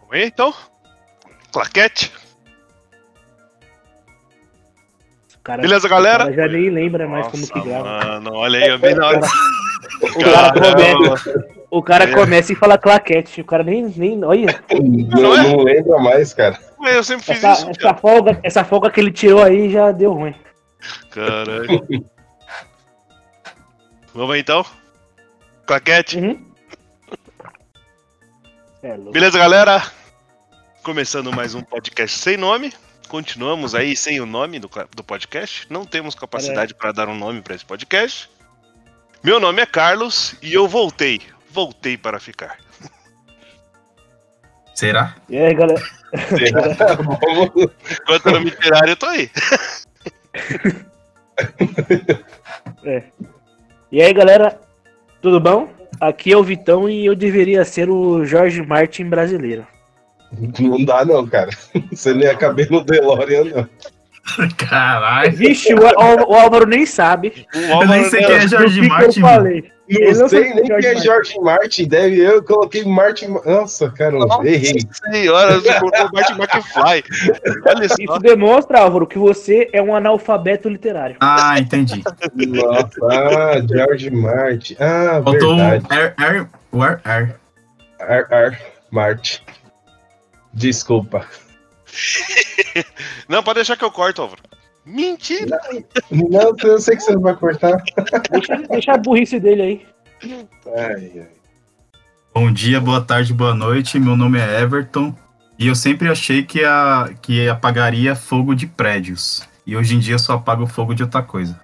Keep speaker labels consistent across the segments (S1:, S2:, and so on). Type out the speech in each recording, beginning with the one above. S1: comer, então. Claquete.
S2: O cara-
S1: Beleza,
S2: O
S1: galera?
S2: cara já nem lembra mais como
S1: Nossa,
S2: que grava.
S1: Mano, olha aí, eu bem na hora.
S2: O cara,
S1: Caramba.
S2: começa, o
S3: É.
S2: cara começa e fala claquete. O cara nem. nem olha,
S1: Não
S4: Não,
S1: é?
S4: não lembra mais, cara.
S1: Eu sempre fiz
S2: essa,
S1: isso.
S2: essa folga, essa folga que ele tirou aí já deu ruim.
S1: Caralho. Vamos aí, então? Claquete.
S2: Uhum. É louco.
S1: Beleza, galera? Começando mais um podcast sem nome. Continuamos aí sem o nome do, ca- do podcast. Não temos capacidade para dar um nome para esse podcast. Meu nome é Carlos e eu voltei. Voltei para ficar.
S3: Será?
S2: E aí, galera?
S4: Vamos-
S1: Enquanto não me tirarem, eu tô aí.
S2: E aí, galera? Tudo bom? Aqui é o Vitão e eu deveria ser o Jorge Martin brasileiro.
S4: não dá, não, cara. Você nem acabei no DeLorean, não.
S3: Caralho.
S2: Vixe, o, Al- o Álvaro nem sabe.
S1: O
S3: Eu nem sei quem é
S2: Do que
S3: Jorge
S2: que
S3: Martin.
S2: eu
S3: mano.
S2: falei. Ele
S4: Não
S2: não
S4: sei
S2: foi
S4: nem
S2: George
S4: quem é
S2: Martin.
S4: George Martin. Deve eu coloquei Martin. Nossa, cara, errei.
S1: Nossa senhora, você colocou o Martin McFly. Olha
S2: Isso
S1: só.
S2: demonstra, Álvaro, que você é um analfabeto literário.
S3: Ah, entendi.
S4: Nossa, ah, George Martin. Ah,
S3: Faltou um
S4: verdade.
S3: R, R, o R, R.
S4: Ar, ar, Martin. Desculpa.
S1: Não, pode deixar que eu corto, Álvaro. Mentira!
S4: Não, eu sei que você não vai cortar.
S2: Deixa, deixa a burrice dele aí.
S4: Ai, ai.
S3: Bom dia, boa tarde, boa noite. Meu nome é Everton. E eu sempre achei que, a, que apagaria fogo de prédios. E hoje em dia eu só apago fogo de outra coisa.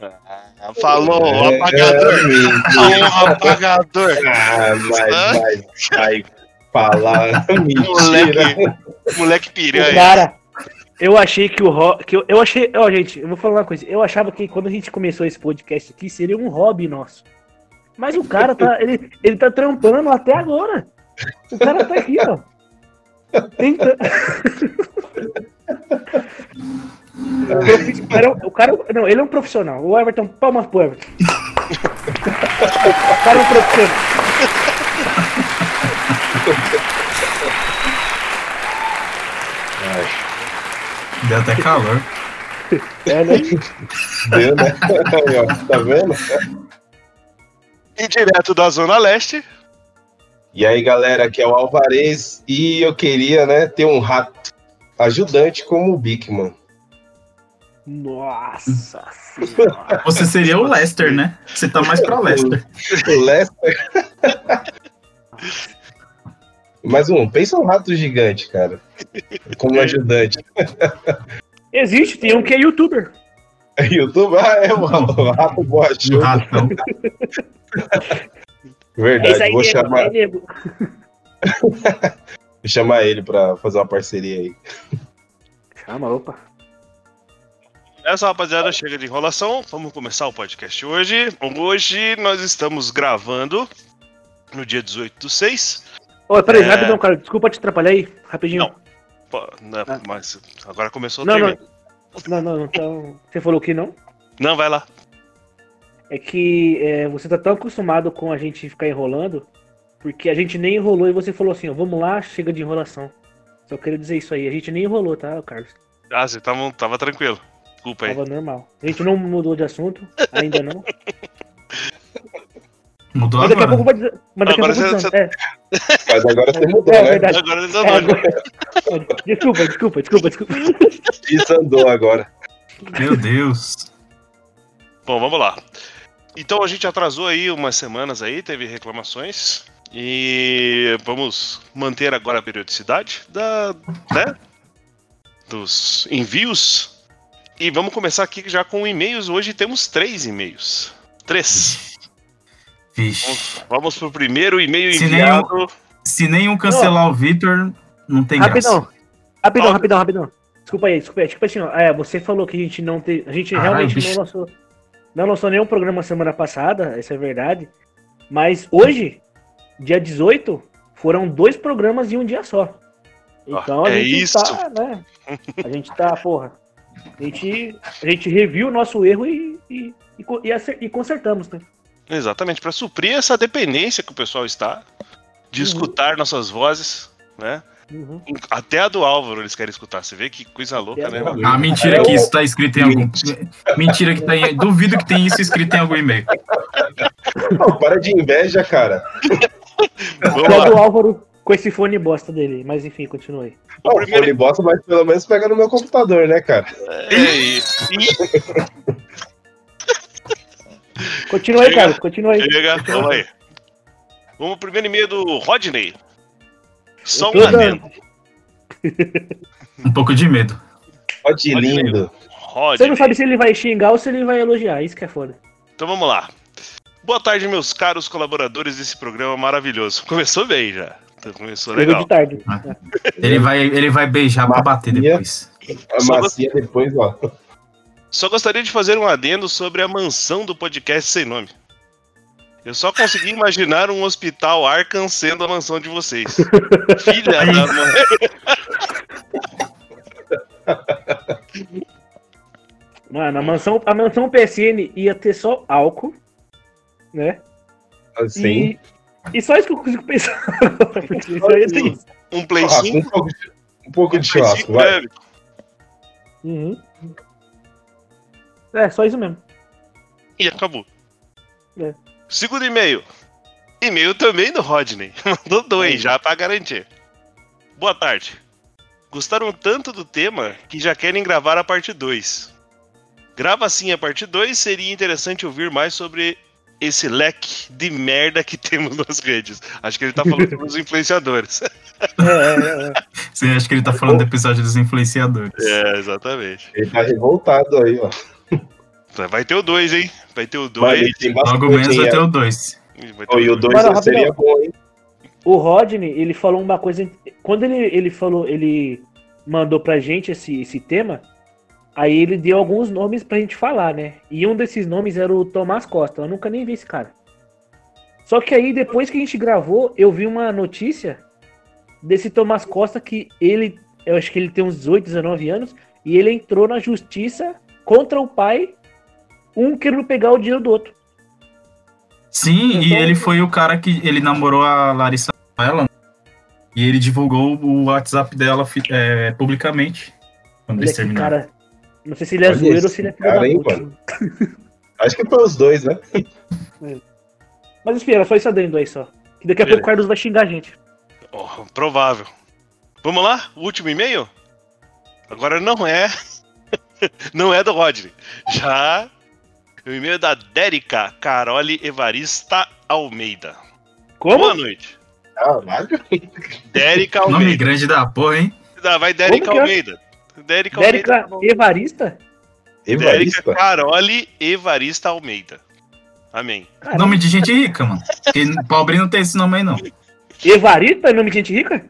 S1: Ah, Falou,
S4: É,
S1: apagador.
S4: é, amigo.
S1: Falou, apagador.
S4: Ah,
S1: Hã?
S4: mas vai, vai falar. Mentira.
S1: Moleque, moleque piranha.
S2: Cara, eu achei que o Ro- que eu, eu achei, ó, gente, eu vou falar uma coisa. Eu achava que quando a gente começou esse podcast aqui seria um hobby nosso. Mas o cara tá, ele, ele tá trampando até agora. O cara tá aqui, ó. Tenta... o, cara, o cara- não, ele é um profissional. O Everton, palmas pro Everton. O cara é um profissional.
S4: Ai,
S3: Deu até calor.
S2: É, né?
S4: deu, né? Aí, ó, tá vendo?
S1: E direto da Zona Leste.
S4: E aí, galera, aqui é o Alvarez e eu queria, né, ter um rato ajudante como o Bigman.
S2: Nossa senhora.
S3: Você seria o Lester, né? Você tá mais pra Lester.
S4: O Lester. Mais um, pensa um rato gigante, cara. Como ajudante.
S2: Existe, tem um que é youtuber.
S4: YouTube, ah, é o o rato
S3: Um
S4: boachudo.
S3: ratão.
S2: É isso
S4: Verdade,
S2: aí,
S4: vou
S2: nego,
S4: chamar,
S2: é, nego.
S4: vou chamar ele pra fazer uma parceria aí.
S2: Chama, opa.
S1: Essa rapaziada chega de enrolação. Vamos começar o podcast hoje. Hoje nós estamos gravando no dia 18 do 6.
S2: Ô, peraí,
S1: É.
S2: rapidão, cara. Desculpa te atrapalhar aí. Rapidinho.
S1: Não. Pô, né, mas agora começou o
S2: Ah. Não,
S1: trem.
S2: Não, não, não. Então, você falou que não.
S1: Não, vai lá.
S2: É que é, você tá tão acostumado com a gente ficar enrolando, porque a gente nem enrolou e você falou assim, ó, vamos lá, chega de enrolação. Só queria dizer isso aí. A gente nem enrolou, tá, Carlos?
S1: Ah, você tava, tava tranquilo. Desculpa aí.
S2: Tava normal. A gente não mudou de assunto, ainda não.
S3: Mudou
S2: Mas daqui a
S3: agora.
S2: pouco vai dizer. Mas daqui a
S1: Agora
S2: pouco vai
S1: você- tá
S2: dizer. É,
S4: Mas agora você mudou,
S2: é
S4: né?
S2: verdade.
S1: Agora eles
S2: É,
S1: andam. né?
S2: agora- Desculpa, desculpa, desculpa, desculpa.
S4: Desandou agora.
S3: Meu Deus.
S1: Bom, vamos lá. Então a gente atrasou aí umas semanas aí, teve reclamações. E vamos manter agora a periodicidade da, né, dos envios. E vamos começar aqui já com e-mails. Hoje temos três e-mails. Três.
S3: Vixe.
S1: Vamos pro primeiro e-mail
S3: Se
S1: enviado.
S3: Se nenhum cancelar o Victor, não tem graça.
S2: Rapidão. Rapidão,
S1: Fala.
S2: rapidão, rapidão. Desculpa aí, desculpa aí. Tipo assim, ó, é, você falou que a gente não tem. A gente
S3: Caralho,
S2: realmente
S3: bicho.
S2: não lançou, não lançou nenhum programa semana passada, essa é verdade. Mas hoje, dia 18, foram dois programas em um dia só.
S1: Ó,
S2: Então a
S1: é
S2: gente
S1: isso.
S2: tá, né? A gente tá, porra. A gente, a gente reviu o nosso erro e, e, e, co- e acer- e consertamos, né?
S1: Exatamente, para suprir essa dependência que o pessoal está de
S2: Uhum.
S1: escutar nossas vozes. né?
S2: Uhum.
S1: Até a do Álvaro eles querem escutar. Você vê que coisa louca,
S2: Até
S1: né?
S2: a
S1: mano?
S3: Ah, mentira que isso tá escrito em algum. Mentira que tá em. Duvido que tem isso escrito em algum e-mail.
S4: Não, para de inveja, cara.
S1: Vamos
S2: Só
S1: lá.
S2: do Álvaro com esse fone bosta dele, mas enfim, continue. aí.
S4: Não,
S1: O
S4: o
S1: primeiro
S4: Fone bosta, mas pelo menos pega no meu computador, né, cara?
S1: é isso. Ih,
S2: Continua aí,
S1: Chega.
S2: cara, continua aí.
S1: Chega, vamos aí. Vamos pro primeiro e-mail do Rodney. Só um
S2: Eu tô
S1: adendo.
S3: Um pouco de medo.
S4: Ó, de
S1: Pode ler.
S4: lindo.
S2: Você
S1: Rodney.
S2: não sabe se ele vai xingar ou se ele vai elogiar, isso que é foda.
S1: Então vamos lá. Boa tarde, meus caros colaboradores desse programa maravilhoso. Começou bem já. Então, Começou
S2: Chegou
S1: legal.
S2: de tarde.
S3: Ele vai, ele vai beijar pra bater depois.
S4: A
S1: Só
S4: macia depois, ó.
S1: Só gostaria de fazer um adendo sobre a mansão do podcast sem nome. Eu só consegui imaginar um hospital Arkham sendo a mansão de vocês. Filha da mãe.
S2: Mano, a mansão, a mansão PSN ia ter só álcool, né?
S4: Assim.
S2: E, e só isso que eu consigo pensar agora, porque isso aí é triste.
S1: Um Play
S4: Churrasco,
S1: 5.
S4: um pouco de, um pouco de churrasco,
S1: um Play
S4: vai.
S1: 5, né?
S2: Uhum. É, só isso mesmo.
S1: E acabou.
S2: É.
S1: Segundo e-mail. E-mail também do Rodney. Mandou dois já pra garantir. Boa tarde. Gostaram tanto do tema que já querem gravar a parte 2. Grava sim a parte 2, seria interessante ouvir mais sobre esse leque de merda que temos nas redes. Acho que ele tá falando dos influenciadores.
S2: É, é, é.
S3: Você acha que ele tá falando do episódio dos influenciadores?
S1: É, exatamente.
S4: Ele tá revoltado aí, ó.
S1: Vai ter o 2, hein? Vai ter o
S4: Mas
S1: 2.
S4: ele tem
S3: Logo
S4: bastante,
S3: menos
S4: hein?
S3: vai ter um o 2.
S4: Ó, E o 2
S2: Bora,
S4: seria bom, hein?
S2: O Rodney, ele falou uma coisa. Quando ele, ele falou, ele mandou pra gente esse, esse tema, aí ele deu alguns nomes pra gente falar, né? E um desses nomes era o Tomás Costa. Eu nunca nem vi esse cara. Só que aí, depois que a gente gravou, eu vi uma notícia desse Tomás Costa que ele, eu acho que ele tem uns 18, 19 anos, e ele entrou na justiça contra o pai, um querendo pegar o dinheiro do outro.
S3: Sim, e
S2: Então-
S3: ele foi o cara que. Ele namorou a Larissa Manoela. E ele divulgou o WhatsApp dela fi- é, publicamente. Quando
S2: Olha
S3: eles
S2: que
S3: terminaram.
S2: cara. Não sei se ele é
S4: Olha
S2: zoeiro
S4: esse
S2: ou se ele é filho da
S4: cara, hein,
S2: puta.
S4: mano? Acho que foi os dois, né?
S2: Mas enfim, era só isso adendo aí só. Que daqui a
S1: Beleza.
S2: pouco o Carlos vai xingar a gente.
S1: Oh, provável. Vamos lá? O último e-mail? Agora não é. não é do Rodney. Já. O e-mail é da Dérica Carole Evarista Almeida. Boa
S2: Como?
S1: noite.
S4: Caralho.
S1: Dérica
S3: Nome
S1: Almeida.
S3: grande da porra, hein?
S1: Ah, Vai Dérica
S2: Como que é?
S1: Almeida. Dérica Almeida.
S2: Dérica Evarista?
S1: Dérica
S4: Evarista.
S1: Carole Evarista Almeida. Amém.
S2: Caralho.
S3: Nome de gente rica, mano. Porque pobre não tem esse nome aí, não.
S2: Evarista é nome de gente rica?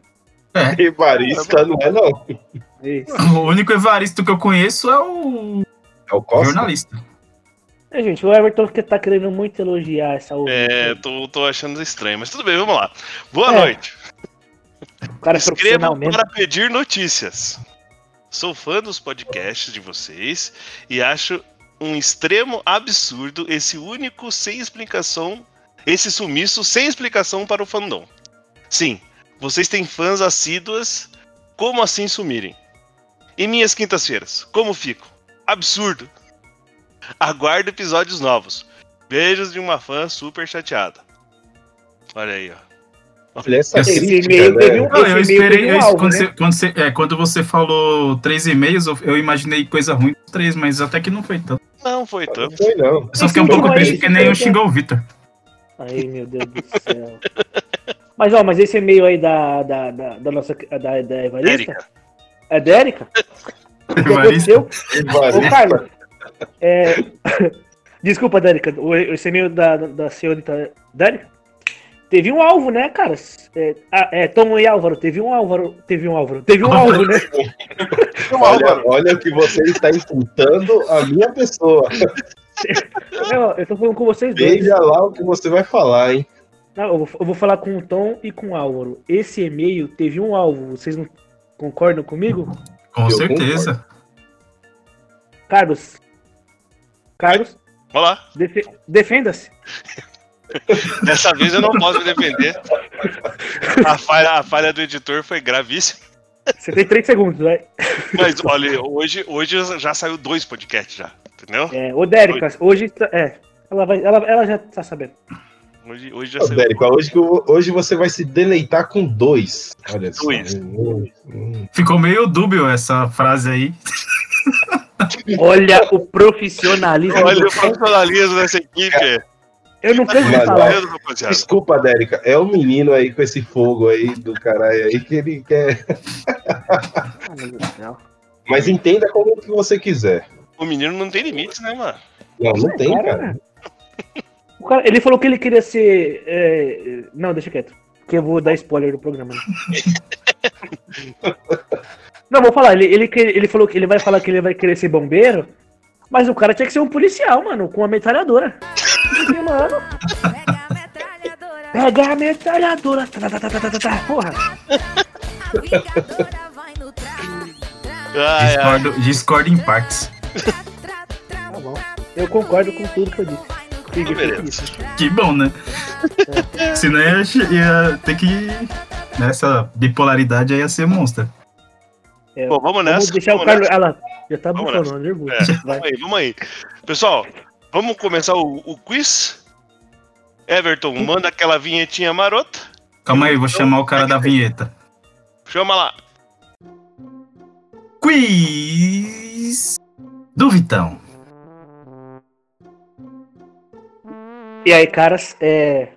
S4: Evarista não é, não.
S2: Isso.
S3: O único Evaristo que eu conheço é o
S4: É o Costa.
S3: jornalista.
S2: É, gente, o Everton que tá querendo muito elogiar essa outra.
S1: É, tô, tô achando estranho, mas tudo bem, vamos lá. Boa
S2: É,
S1: noite.
S2: o cara é
S1: Escreva
S2: profissional mesmo.
S1: para pedir notícias. Sou fã dos podcasts de vocês e acho um extremo absurdo esse único sem explicação, esse sumiço sem explicação para o fandom. Sim, vocês têm fãs assíduas, como assim sumirem? E minhas quintas-feiras, como fico? Absurdo! Aguardo episódios novos. Beijos de uma fã super chateada. Olha aí, ó.
S4: Olha é essa
S3: Esse
S4: crítica,
S2: e-mail teve
S4: né?
S2: um-
S3: Não, eu
S2: Esse e-mail
S3: esperei.
S2: tem um
S3: eu-
S2: alvo,
S3: quando,
S2: né?
S3: você, quando, você, é, quando você falou três e-mails, eu, eu imaginei coisa ruim dos três, mas até que não foi tanto.
S1: Não foi
S4: Não
S1: tanto.
S4: foi, não.
S3: Eu só fiquei um
S2: Esse
S3: pouco
S2: e-mail
S3: triste
S2: aí,
S3: porque nenhum
S2: esse
S3: xingou o Vitor.
S2: Ai, meu Deus do céu. Mas, ó, mas esse e-mail aí da, da, da, da nossa. Da, da Evarista?
S1: Érica.
S2: É da Erika? O que
S3: Evaristo.
S2: aconteceu? Ô,
S4: Evarista.
S2: Carlos, é... desculpa, Dérica, o- esse e-mail da, da senhorita Dérica teve um alvo, né, cara? É, ah, é, Tom e Álvaro, teve um Álvaro, teve um Álvaro, teve um alvo, né?
S4: Olha, olha que você está insultando a minha pessoa.
S2: Eu, eu tô falando com vocês dois.
S4: Veja lá o que você vai falar, hein?
S2: Não, eu, vou, eu vou falar com o Tom e com o Álvaro. Esse e-mail teve um alvo, vocês não concordam comigo?
S3: Com
S4: Eu
S3: certeza.
S2: Carlos, Carlos,
S1: Vamos lá.
S2: defe- defenda-se.
S1: Dessa vez eu não posso me defender. A falha, a falha do editor foi gravíssima.
S2: Você tem três segundos, vai.
S1: Mas olha, hoje, hoje já saiu dois podcasts já, entendeu?
S2: É, ô, Dérica, hoje. tá- É. Ela, vai, ela, ela já tá sabendo.
S1: Hoje, hoje já
S4: Ô,
S1: saiu
S4: Dérica, hoje, que eu- hoje você vai se deleitar com dois. Olha só.
S1: Dois.
S4: Hum, hum.
S3: Ficou meio dúbio essa frase aí.
S2: Olha o profissionalismo.
S1: Olha
S2: do-
S1: o profissionalismo dessa equipe.
S2: Eu não canso de
S4: Mas,
S2: falar.
S1: Valeu, rapaziada.
S4: Desculpa, Dérica. É o menino aí com esse fogo aí do caralho aí que ele quer.
S2: Ah, meu Deus do céu.
S4: Mas entenda como que você quiser.
S1: O menino não tem limites, né, mano?
S4: Não, não tem,
S2: cara,
S4: cara.
S2: O cara- ele falou que ele queria ser. é, Não, deixa quieto. Porque eu vou dar spoiler do programa. né? Não, vou falar. Ele, ele, que- ele falou que ele vai falar que ele vai querer ser bombeiro. Mas o cara tinha que ser um policial, mano, com uma metralhadora. E, mano,
S5: Pega a metralhadora,
S2: pega a metralhadora. Tá, tá, tá, tá, tá, tá, tá. Porra.
S5: a vingadora vai no tra, tra,
S1: Ai, ai.
S3: Discordo, discordo em partes.
S5: tra, tra,
S2: Tá bom.
S5: tra,
S2: Eu concordo com tudo que eu disse.
S5: vai no
S2: Fica- fica
S1: Beleza.
S2: isso.
S3: Que bom, né? Senão eu ia, ia ter que. Nessa bipolaridade aí ia ser monstro.
S2: É,
S1: Bom, vamos
S2: Vamos
S1: nessa.
S2: deixar o
S1: vamos
S2: Carlos.
S1: nessa.
S2: Ah lá, já tá
S1: Vamos
S2: bufanando, nervoso.
S1: É,
S2: Vai.
S1: Vamos aí, vamos aí. Pessoal, vamos começar o, o quiz. Everton,
S2: Hum.
S1: manda aquela vinhetinha marota.
S3: Calma aí, vou chamar o cara da vinheta.
S1: Chama lá.
S3: Quiz do Vitão.
S2: E aí, caras, é.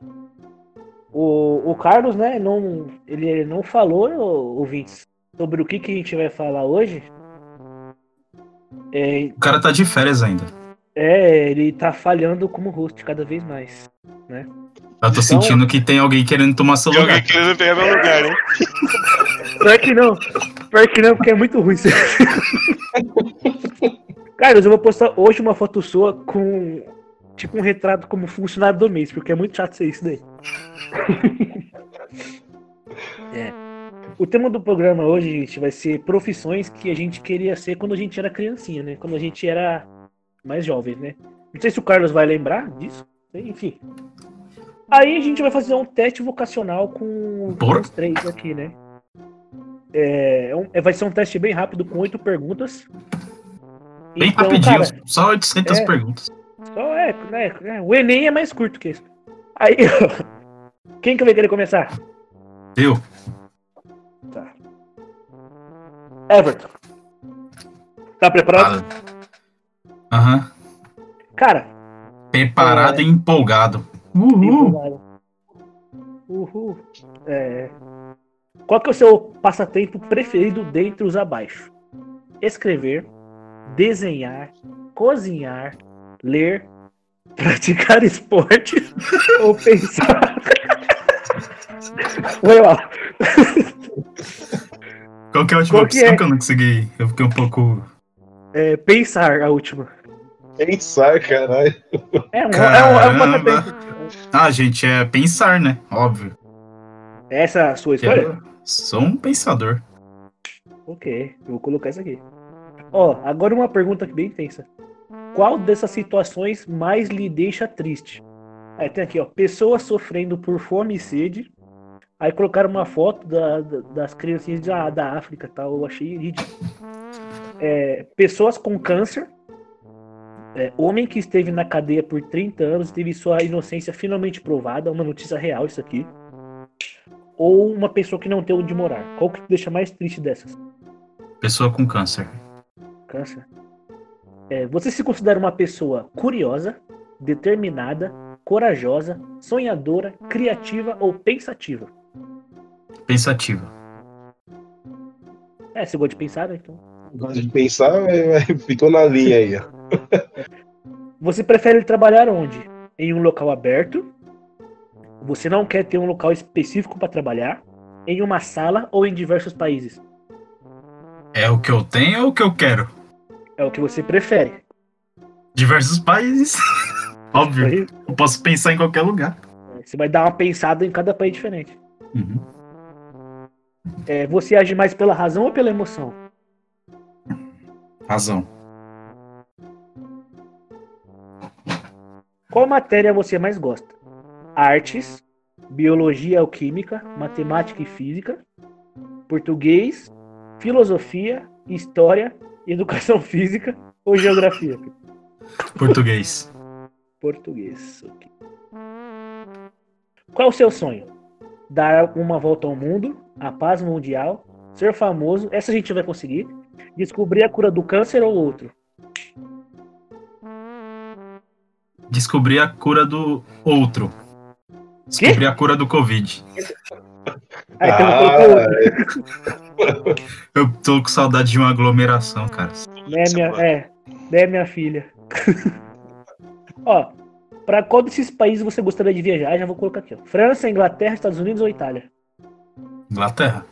S2: O, o Carlos, né, não, ele, ele não falou, ô, ouvintes, sobre o que, que a gente vai falar hoje. É,
S3: O cara tá de férias ainda.
S2: é, ele tá falhando como host cada vez mais.
S3: Eu
S2: Então,
S3: tô sentindo que tem alguém querendo tomar seu
S1: Tem alguém
S3: lugar.
S1: querendo pegar meu lugar, hein?
S2: Pior que não, pior que não, porque é muito ruim. isso. Carlos, eu vou postar hoje uma foto sua com, tipo, um retrato como funcionário do mês, porque é muito chato ser isso daí. É. O tema do programa hoje, gente, vai ser profissões que a gente queria ser quando a gente era criancinha, né? Quando a gente era mais jovem, né? Não sei se o Carlos vai lembrar disso, enfim. Aí a gente vai fazer um teste vocacional com
S3: Porra.
S2: os três aqui, né? É, é um- é- vai ser um teste bem rápido com oito perguntas.
S3: Bem
S2: Então,
S3: rapidinho,
S2: cara,
S3: só 800
S2: é.
S3: perguntas.
S2: só é, né, é, o Enem é mais curto que isso. Aí, quem que vai querer começar?
S3: Eu,
S2: Tá. Everton. Tá preparado?
S3: cara. Aham.
S2: Cara.
S3: Preparado e empolgado. Uhul.
S2: empolgado. Uhul. É. Qual que é o seu passatempo preferido dentre os abaixo? Escrever, desenhar, cozinhar, ler, praticar esporte ou pensar. Vai lá.
S3: Qual que é a última
S2: Qual que
S3: opção
S2: é?
S3: que eu não consegui? Eu fiquei um pouco.
S2: É, pensar a última.
S4: Pensar, caralho.
S2: É um, é um, é um
S3: Caramba.
S2: passatempo.
S3: Ah, gente, é pensar, né? Óbvio.
S2: Essa é a sua
S3: que
S2: escolha?
S3: eu Sou um pensador.
S2: Ok, eu vou colocar isso aqui. Ó, agora uma pergunta bem intensa. Qual dessas situações mais lhe deixa triste? Aí tem aqui, ó, pessoas sofrendo por fome e sede. Aí colocaram uma foto da- da- das criancinhas da, da África, tal. Eu achei ridículo. É, pessoas com câncer. É, homem que esteve na cadeia por 30 anos teve sua inocência finalmente provada. Uma notícia real isso aqui. Ou uma pessoa que não tem onde morar. Qual que te deixa mais triste dessas?
S3: Pessoa com câncer.
S2: Câncer. É, você se considera uma pessoa curiosa, determinada, corajosa, sonhadora, criativa ou pensativa?
S3: Pensativa.
S2: É, você gosta de pensar, né? Então.
S4: Gosto de pensar, mas- mas ficou na linha aí, ó.
S2: Você prefere trabalhar onde? Em um local aberto? Você não quer ter um local específico para trabalhar? Em uma sala ou em diversos países?
S3: É o que eu tenho ou o que eu quero?
S2: É o que você prefere.
S3: Diversos países. Óbvio.
S2: Aí,
S3: Eu posso pensar em qualquer lugar.
S2: Você vai dar uma pensada em cada país diferente.
S3: Uhum.
S2: É, você age mais pela razão ou pela emoção?
S3: Razão.
S2: Qual matéria você mais gosta? Artes, biologia e alquímica, matemática e física, português, filosofia, história, educação física ou geografia?
S3: Português.
S2: Português. ok. Qual o seu sonho? Dar uma volta ao mundo, a paz mundial, ser famoso, essa a gente vai conseguir, descobrir a cura do câncer ou outro?
S3: Descobri a cura do outro. Descobri a cura do Covid.
S2: Aí você não
S4: Ah,
S2: colocou outro,
S3: Eu tô com saudade de uma aglomeração, cara.
S2: né, minha, é, né, minha filha? ó, pra qual desses países você gostaria de viajar? Ah, Já vou colocar aqui, ó. França, Inglaterra, Estados Unidos ou Itália?
S3: Inglaterra.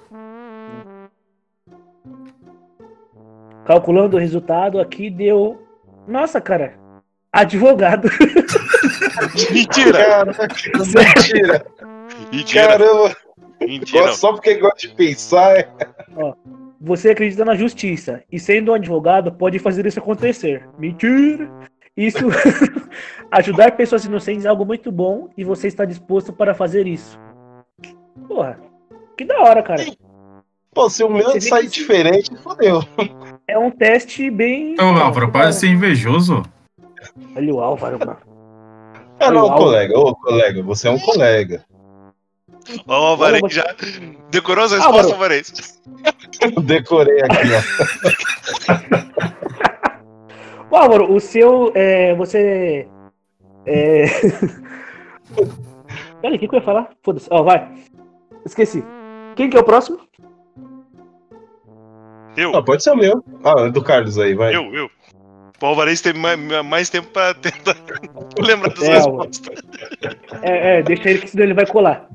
S2: Calculando o resultado, aqui deu. Nossa, cara. Advogado. é
S1: Mentira!
S4: Caraca, mentira.
S1: Mentira!
S4: Caramba,
S1: Mentira!
S4: gosto- só porque gosta de pensar. é.
S2: Você acredita na justiça e, sendo um advogado, pode fazer isso acontecer. Mentira! Isso. Ajudar pessoas inocentes é algo muito bom e você está disposto para fazer isso. Porra, que da hora, cara.
S4: Pô, se o meu
S2: Você vê
S4: sair
S2: que-
S4: diferente, fodeu.
S2: É um teste bem.
S3: Ô, Então, Álvaro, para de ser invejoso.
S2: Olha o Álvaro, mano.
S4: Ah, não,
S2: Uau.
S4: colega. Ô, colega, você é um colega.
S1: Ó, o é Alvarez
S2: Vamos-
S1: já decorou
S2: Ah,
S1: as respostas, Alvarez.
S4: Eu decorei aqui, ó.
S2: Ô, Álvaro, o seu. é, você. É... Peraí, o que, que eu ia falar? Foda-se. Ó, vai. Esqueci. Quem que é o próximo?
S1: Eu,
S4: Ah, pode ser o meu. Ah, é do Carlos aí, vai.
S1: eu, eu. O Alvarez teve mais, mais tempo pra tentar lembrar das
S2: É, Alvarez.
S1: respostas.
S2: É, é, deixa ele que senão ele vai colar.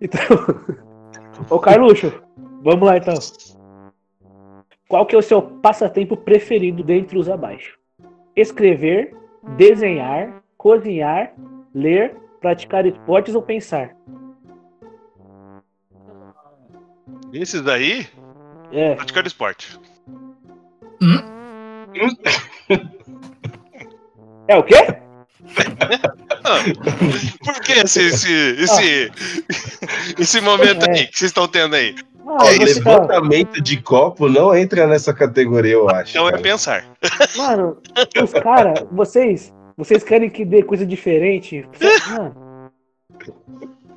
S2: Então. Ô, Carluxo, vamos lá então. Qual que é o seu passatempo preferido dentre os abaixo? Escrever, desenhar, cozinhar, ler, praticar esportes ou pensar?
S1: Esses daí,
S2: É,
S1: praticando esporte.
S2: é o quê?
S1: Por que
S2: Ah.
S1: esse, esse, esse, esse momento aí que vocês estão tendo aí?
S2: Ah,
S4: É,
S2: você tá-
S4: levantamento de copo não entra nessa categoria, eu acho.
S1: Então é
S4: cara.
S1: pensar.
S2: Mano, os caras, vocês, vocês querem que dê coisa diferente? Não,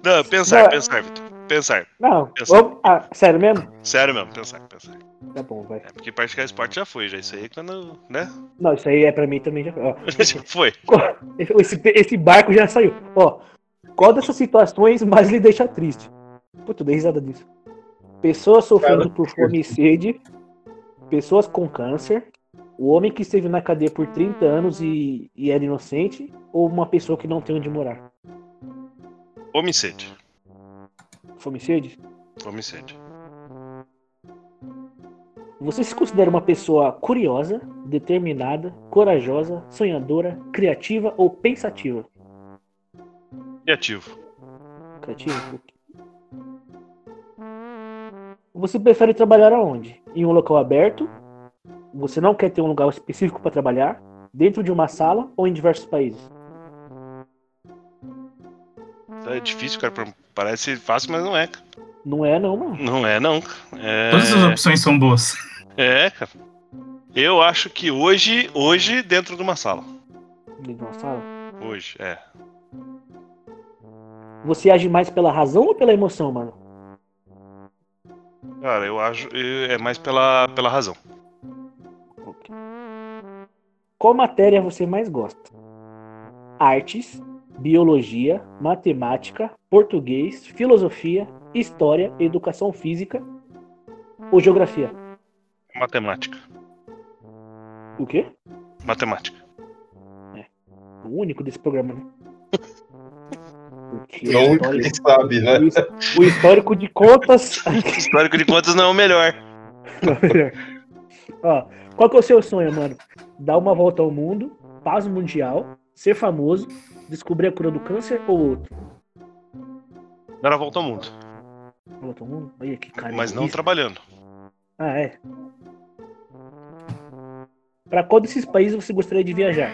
S1: Não, pensar,
S2: Não.
S1: pensar, Vitor. Pensar.
S2: não.
S1: Eu sei.
S2: Vamos, ah, sério mesmo?
S1: Sério mesmo, pensar, pensar.
S2: Tá bom, vai.
S1: É porque praticar esporte já foi, já. Isso aí quando. né?
S2: Não, isso aí é pra mim também já. Ó.
S1: Já foi.
S2: Esse, esse barco já saiu. Ó, qual dessas situações mais lhe deixa triste? Puta, eu dei risada disso. Pessoas sofrendo por fome e sede, pessoas com câncer, o homem que esteve na cadeia por 30 anos e, e era inocente, ou uma pessoa que não tem onde morar?
S1: Homem e sede.
S2: Fome e sede?
S1: Homem e sede.
S2: Você se considera uma pessoa curiosa, determinada, corajosa, sonhadora, criativa ou pensativa?
S1: E ativo.
S2: Criativo? Você prefere trabalhar aonde? Em um local aberto? Você não quer ter um lugar específico para trabalhar? Dentro de uma sala ou em diversos países?
S1: É difícil, cara. Parece fácil, mas não é. cara.
S2: Não é, não, mano.
S1: Não é, não. É...
S3: Todas as opções são boas.
S1: É, cara. Eu acho que hoje, hoje, dentro de uma sala.
S2: Dentro de uma sala.
S1: Hoje, é.
S2: Você age mais pela razão ou pela emoção, mano?
S1: Cara, eu acho. eu- É mais pela, pela razão.
S2: Qual matéria você mais gosta? Artes, biologia, matemática, português, filosofia, história, educação física ou geografia?
S1: Matemática.
S2: O quê?
S1: Matemática.
S2: O único desse programa, né? Porque
S4: Não,
S2: o,
S4: quem
S2: histórico,
S4: sabe, né?
S2: o his- o histórico de contas.
S1: Histórico de contas não é o melhor.
S2: Não, melhor. Ó, qual que é o seu sonho, mano? Dar uma volta ao mundo, paz mundial, ser famoso, descobrir a cura do câncer ou outro?
S1: Dar a volta ao mundo.
S2: Volta ao mundo? Olha que cara.
S1: Mas não
S2: egoísta.
S1: trabalhando.
S2: Ah, é. Pra qual desses países você gostaria de viajar?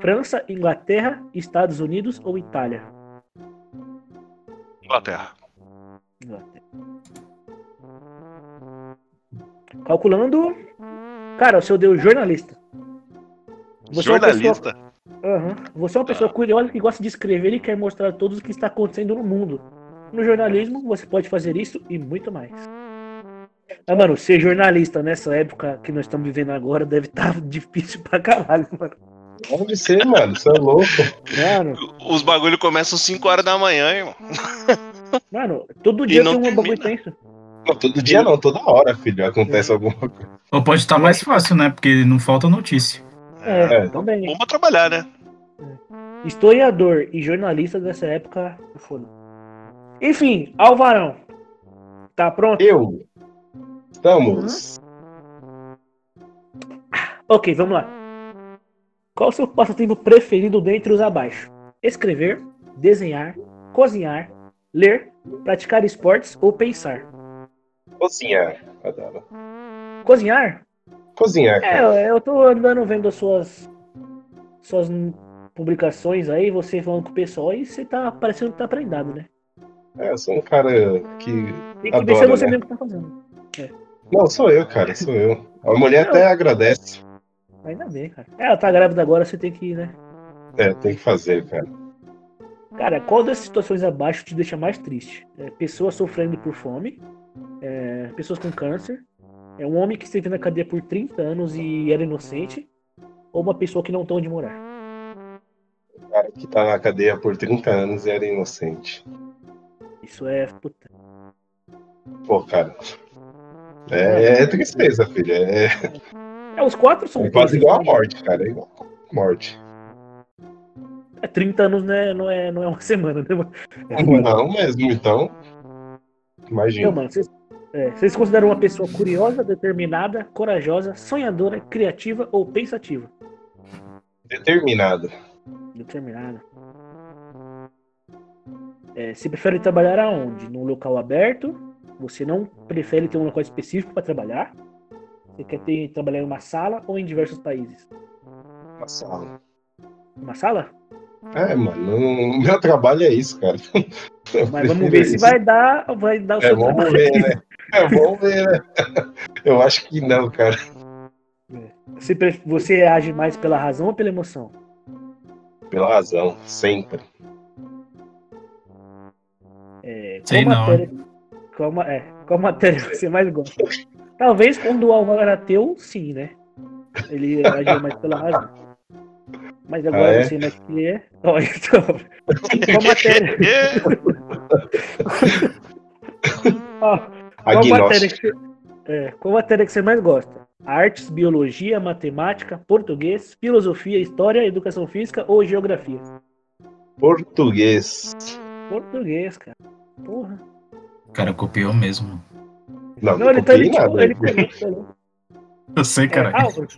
S2: França, Inglaterra, Estados Unidos ou Itália?
S1: Inglaterra.
S2: Calculando. Cara, o seu deu jornalista. Você é uma
S1: Jornalista.
S2: Aham. Você é
S1: Tá.
S2: uma pessoa curiosa que gosta de escrever e quer mostrar a todos o que está acontecendo no mundo. No jornalismo, você pode fazer isso e muito mais. Ah, mano, ser jornalista nessa época que nós estamos vivendo agora deve estar difícil pra caralho, mano.
S4: Pode ser, mano. Você é louco.
S2: Mano,
S1: Os bagulho começam 5 horas da manhã, irmão.
S2: mano todo dia
S1: não
S2: tem um bagulho
S1: termina.
S2: tenso.
S4: Não, todo dia não, toda hora, filho. Acontece alguma coisa.
S3: Ou pode estar mais fácil, né? Porque não falta notícia.
S2: É,
S4: É.
S2: também.
S1: Bom pra trabalhar, né?
S2: Historiador e jornalista dessa época, é foda. Enfim, Alvarão. Tá pronto?
S4: Eu. Estamos.
S2: Ok, vamos lá. Qual o seu passatempo preferido dentre os abaixo? Escrever, desenhar, cozinhar, ler, praticar esportes ou pensar?
S4: Cozinhar. Adoro.
S2: Cozinhar?
S4: Cozinhar,
S2: É,
S4: cara.
S2: eu- eu tô andando vendo as suas suas publicações aí, você falando com o pessoal e você tá parecendo que tá aprendado, né?
S4: É, eu sou um cara que.
S2: Tem que
S4: Adoro,
S2: ver se é você
S4: né?
S2: mesmo que tá fazendo.
S4: Não, sou eu, cara. Sou eu. A mulher até agradece.
S2: Ainda bem, cara. Ela tá grávida agora, você tem que, né?
S4: É, tem que fazer, cara.
S2: Cara, qual das situações abaixo te deixa mais triste? É, pessoas sofrendo por fome, é, pessoas com câncer, é um homem que esteve na cadeia por 30 anos e era inocente, ou uma pessoa que não tem onde morar?
S4: O cara que tá na cadeia por 30 anos e era inocente.
S2: Isso é. Puta.
S4: Pô, cara. É, é tristeza, filho. É,
S2: É, os quatro são.
S4: é quase
S2: tristes,
S4: igual a
S2: né?
S4: morte, cara. É igual a morte.
S2: É, 30 anos né, não, é, não é uma semana, né? mano?
S4: Não mesmo, então.
S2: Então,
S4: Imagina.
S2: mano, vocês, é, vocês consideram uma pessoa curiosa, determinada, corajosa, sonhadora, criativa ou pensativa?
S4: Determinado.
S2: Determinada. É, você prefere trabalhar aonde? Num local aberto? Você não prefere ter um local específico para trabalhar? Você quer ter, trabalhar em uma sala ou em diversos países?
S4: Uma sala.
S2: Uma sala?
S4: É, mano. O meu trabalho é isso, cara. Eu
S2: Mas vamos
S4: prefiro
S2: ver se
S4: isso.
S2: vai dar, vai dar o
S4: É,
S2: seu
S4: vamos
S2: trabalho.
S4: ver, né? É, vamos ver, né? Eu acho que não, cara.
S2: Você, pre- você age mais pela razão ou pela emoção?
S4: Pela razão, sempre.
S2: É, qual
S3: Sei não,
S2: matéria, qual, ma- é, qual matéria você mais gosta? Talvez quando o Álvaro era teu, sim, né? Ele agiu mais pela razão. Mas agora
S4: Ah, é?
S2: você mais que é. Ó, então, qual matéria?
S1: É,
S2: ó, qual, matéria
S4: Agnóstico.
S2: que você, é, qual matéria que você mais gosta? Artes, biologia, matemática, português, filosofia, história, educação física ou geografia?
S4: Português.
S2: Português, cara. Porra.
S3: O cara copiou mesmo.
S4: Não,
S2: Não, ele tá
S4: copiei
S2: ele, tipo,
S4: nada. né?
S2: ele pegou, pegou.
S3: Eu sei,
S2: É,
S3: cara.
S2: Álvaro,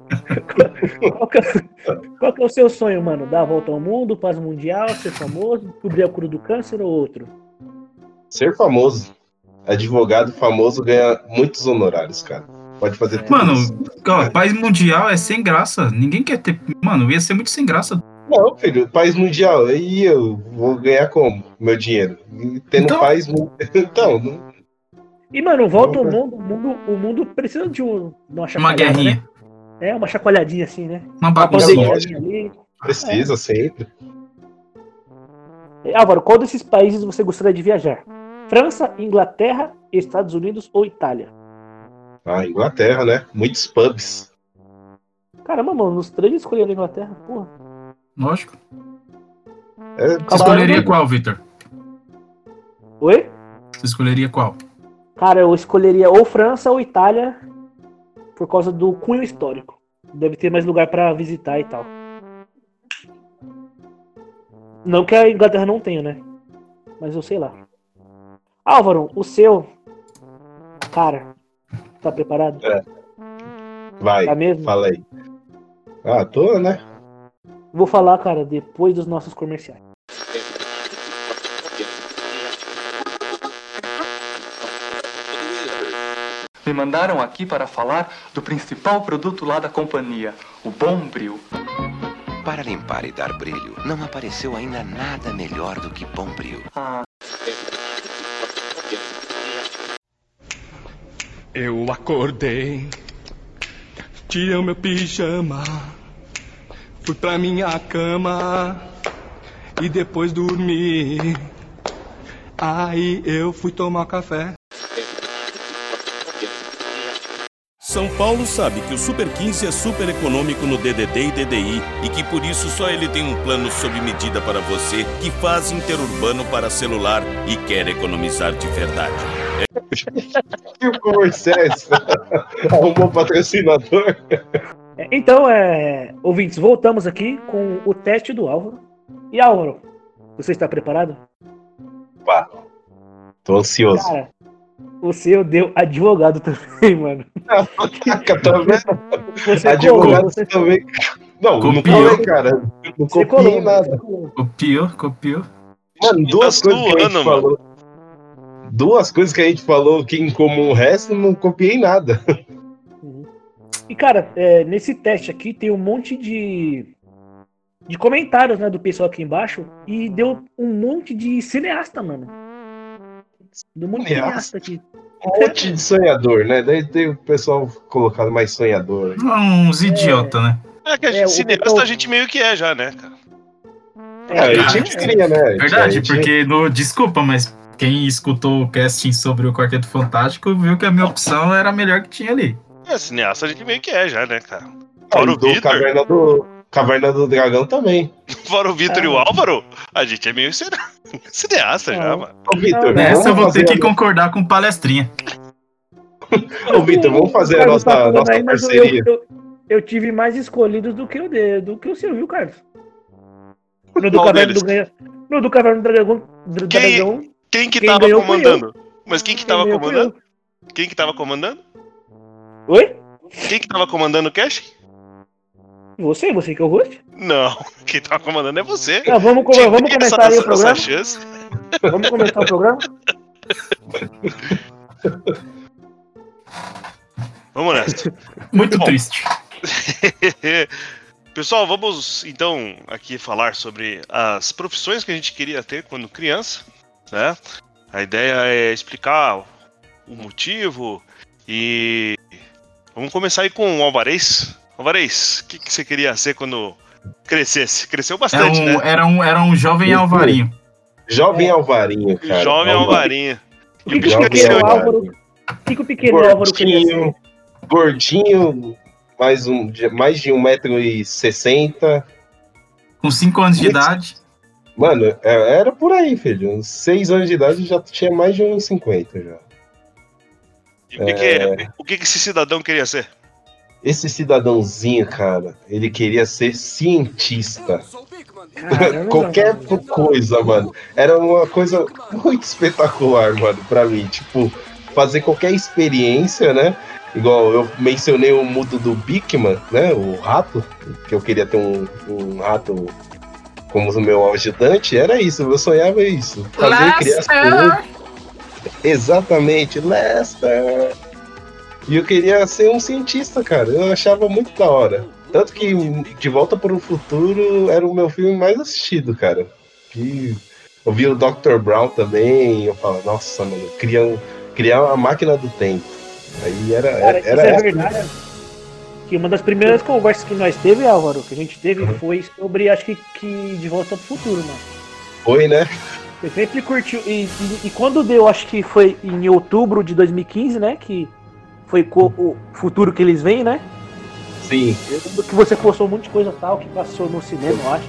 S2: qual, que é, qual que é o seu sonho, mano? Dar a volta ao mundo, paz mundial, ser famoso, descobrir a cura do câncer ou outro?
S4: Ser famoso. Advogado famoso ganha muitos honorários, cara. Pode fazer tudo
S3: Mano,
S4: isso.
S3: ó, paz mundial é sem graça. Ninguém quer ter. Mano, ia ser muito sem graça.
S4: Não, filho, país mundial. E eu vou ganhar como? Meu dinheiro. E Tendo
S3: Então-
S4: paz. mu- Então, não-
S2: E, mano, volta ao
S4: Opa.
S2: mundo, o mundo, o mundo precisa de um- de uma
S3: Uma
S2: chacoalhada, né?
S3: guerrinha.
S2: É, uma chacoalhadinha assim, né?
S3: Uma
S2: Uma
S3: baguncinha.
S4: Pandemia.
S2: bandeirinha ali.
S4: precisa sempre.
S2: E, É, Álvaro, qual desses países você gostaria de viajar? França, Inglaterra, Estados Unidos ou Itália?
S4: Ah, Inglaterra, né? Muitos pubs.
S2: Caramba, mano, os três escolheram a Inglaterra, porra.
S3: Lógico.
S4: É,
S3: Você escolheria qual, Victor?
S2: Oi?
S3: Você escolheria qual?
S2: Cara, eu escolheria ou França ou Itália por causa do cunho histórico. Deve ter mais lugar pra visitar e tal. Não que a Inglaterra não tenha, né? Mas eu sei lá. Álvaro, o seu. Cara, tá preparado?
S4: Vai,
S2: Tá mesmo?
S4: fala aí. Ah, tô, né?
S2: Vou falar, cara, depois dos nossos comerciais.
S6: Me mandaram aqui para falar do principal produto lá da companhia, o Bombril.
S7: Para limpar e dar brilho, não apareceu ainda nada melhor do que Bombril.
S6: Ah,
S8: Eu acordei, tirei o meu pijama, fui pra minha cama e depois dormi. Aí eu fui tomar café.
S9: São Paulo sabe que o Super 15 é super econômico no DDD e DDI e que por isso só ele tem um plano sob medida para você que faz interurbano para celular e quer economizar de verdade.
S4: E o Comerciais arrumou É um patrocinador.
S2: É, Então, é, ouvintes, voltamos aqui com o teste do Álvaro. E Álvaro, você está preparado?
S4: Pá, tô ansioso.
S2: Cara, o seu deu advogado também, mano.
S4: Caraca, tá vendo?
S2: Você colou,
S4: Advogado
S2: você,
S4: também. Tá Não, não
S3: Copiou.
S4: colei, cara. Não
S2: você
S4: copiei
S2: colou,
S4: nada.
S2: você colou.
S3: Copiou, copiou.
S4: Mano, duas
S1: Tá
S4: coisas que a gente
S1: zoando, mano.
S4: falou. Duas coisas que a gente falou que em comum o resto, não copiei nada.
S2: E, cara, é, nesse teste aqui tem um monte de, de comentários né, do pessoal aqui embaixo. E deu um monte de cineasta, mano. Deu um monte de cineasta
S4: Cineasta.
S2: aqui.
S4: Um monte de sonhador, né? Daí tem o pessoal colocado mais sonhador. aí.
S3: Uns idiota, né?
S1: É que a
S2: É,
S1: gente,
S2: o-
S1: cineasta
S2: o-
S1: a gente meio que é já, né, cara?
S4: É, a gente
S2: é,
S4: cria, né? A
S3: Verdade,
S4: gente-
S3: porque no. Desculpa, mas quem escutou o casting sobre o Quarteto Fantástico viu que a minha opção era a melhor que tinha ali.
S1: É, cineasta a gente meio que é já, né, cara?
S4: Ah,
S1: Fora
S4: e
S1: o
S4: do
S1: Vitor,
S4: Caverna do, Caverna do Dragão também.
S1: fora o Vitor e o Álvaro, a gente é meio cine- cineasta já,
S2: Não.
S1: mano.
S4: Ô, Vitor,
S3: Nessa eu
S4: vamos
S3: vou ter
S4: fazer
S3: que
S4: a-
S3: concordar com palestrinha.
S4: Ô, Vitor, vamos fazer a
S2: Cara, tá
S4: nossa,
S2: falando
S4: nossa
S2: aí, mas eu-
S4: parceria.
S2: Eu, eu tive mais escolhidos do que o de, do que o seu, viu, Carlos? No do
S1: Qual
S2: Caverna
S1: deles?
S2: do Ganha- no do Caverna do Dragão. Do
S1: Quem-
S2: Dragão
S1: Quem que
S2: Quem
S1: tava
S2: ganhou foi eu.
S1: comandando? Mas quem que
S2: quem
S1: tava
S2: ganhou foi
S1: comandando? Quem que tava comandando?
S2: eu. Oi?
S1: Quem que tava comandando o cast?
S2: Você, você que é o host?
S1: Não, quem tava comandando é você.
S2: Tá, vamos, come-
S1: Tinha que
S2: vamos
S1: ter
S2: começar aí o
S1: essa, essa
S2: programa.
S1: chance.
S2: Vamos começar o programa?
S1: Vamos nessa.
S3: Muito
S1: Bom.
S3: triste.
S1: Pessoal, vamos então aqui falar sobre as profissões que a gente queria ter quando criança, né? A ideia é explicar o motivo e vamos começar aí com o Alvarez. Alvarez, o que, que você queria ser quando crescesse? Cresceu
S3: Era
S1: bastante,
S3: um,
S1: né?
S3: era um, era um jovem
S4: Muito
S3: Alvarinho.
S4: Jovem Alvarinho, cara. é um
S1: Jovem
S4: Vamos lá.
S1: Alvarinho.
S2: O que, que o
S1: Jovem
S2: pequeno
S1: Alvaro.
S2: Álvaro. O que, que o pequeno Álvaro é. queria ser?
S4: Gordinho, gordinho, mais, um, de- mais de 1,60m.
S3: Com 5 anos de
S4: Muito.
S3: idade.
S4: Mano, é- era por aí, filho. Uns 6 anos de idade eu já tinha mais de 1,50 já.
S1: E O, que, que, o que, que esse cidadão queria ser?
S4: Esse cidadãozinho, cara, ele queria ser cientista.
S2: Caramba,
S4: Qualquer
S2: mano.
S4: coisa, mano. Era uma coisa muito espetacular, mano, pra mim. Tipo, fazer qualquer experiência, né? Igual eu mencionei o mudo do Bigman, né? O rato, que eu queria ter um, um rato como o meu ajudante. Era isso, eu sonhava isso. Fazer criança. Exatamente, Lester. E eu queria ser um cientista, cara. Eu achava muito da hora. Tanto que De Volta para o Futuro era o meu filme mais assistido, cara. Que eu vi o Dr. Brown também, eu falo, nossa, mano, criar, criar a máquina do tempo. Aí era,
S2: Cara,
S4: era,
S2: isso é verdade. Que uma das primeiras conversas que nós teve, Álvaro, que a gente teve,
S4: Uhum.
S2: foi sobre, acho que, que De Volta pro Futuro, mano.
S4: foi, né?
S2: Você sempre curtiu. E, e- e quando deu, acho que foi em outubro de 2015, né? Que foi co- o futuro que eles vêm, né?
S4: Sim,
S2: Eu lembro que você postou um monte de coisa tal que passou no cinema, eu acho.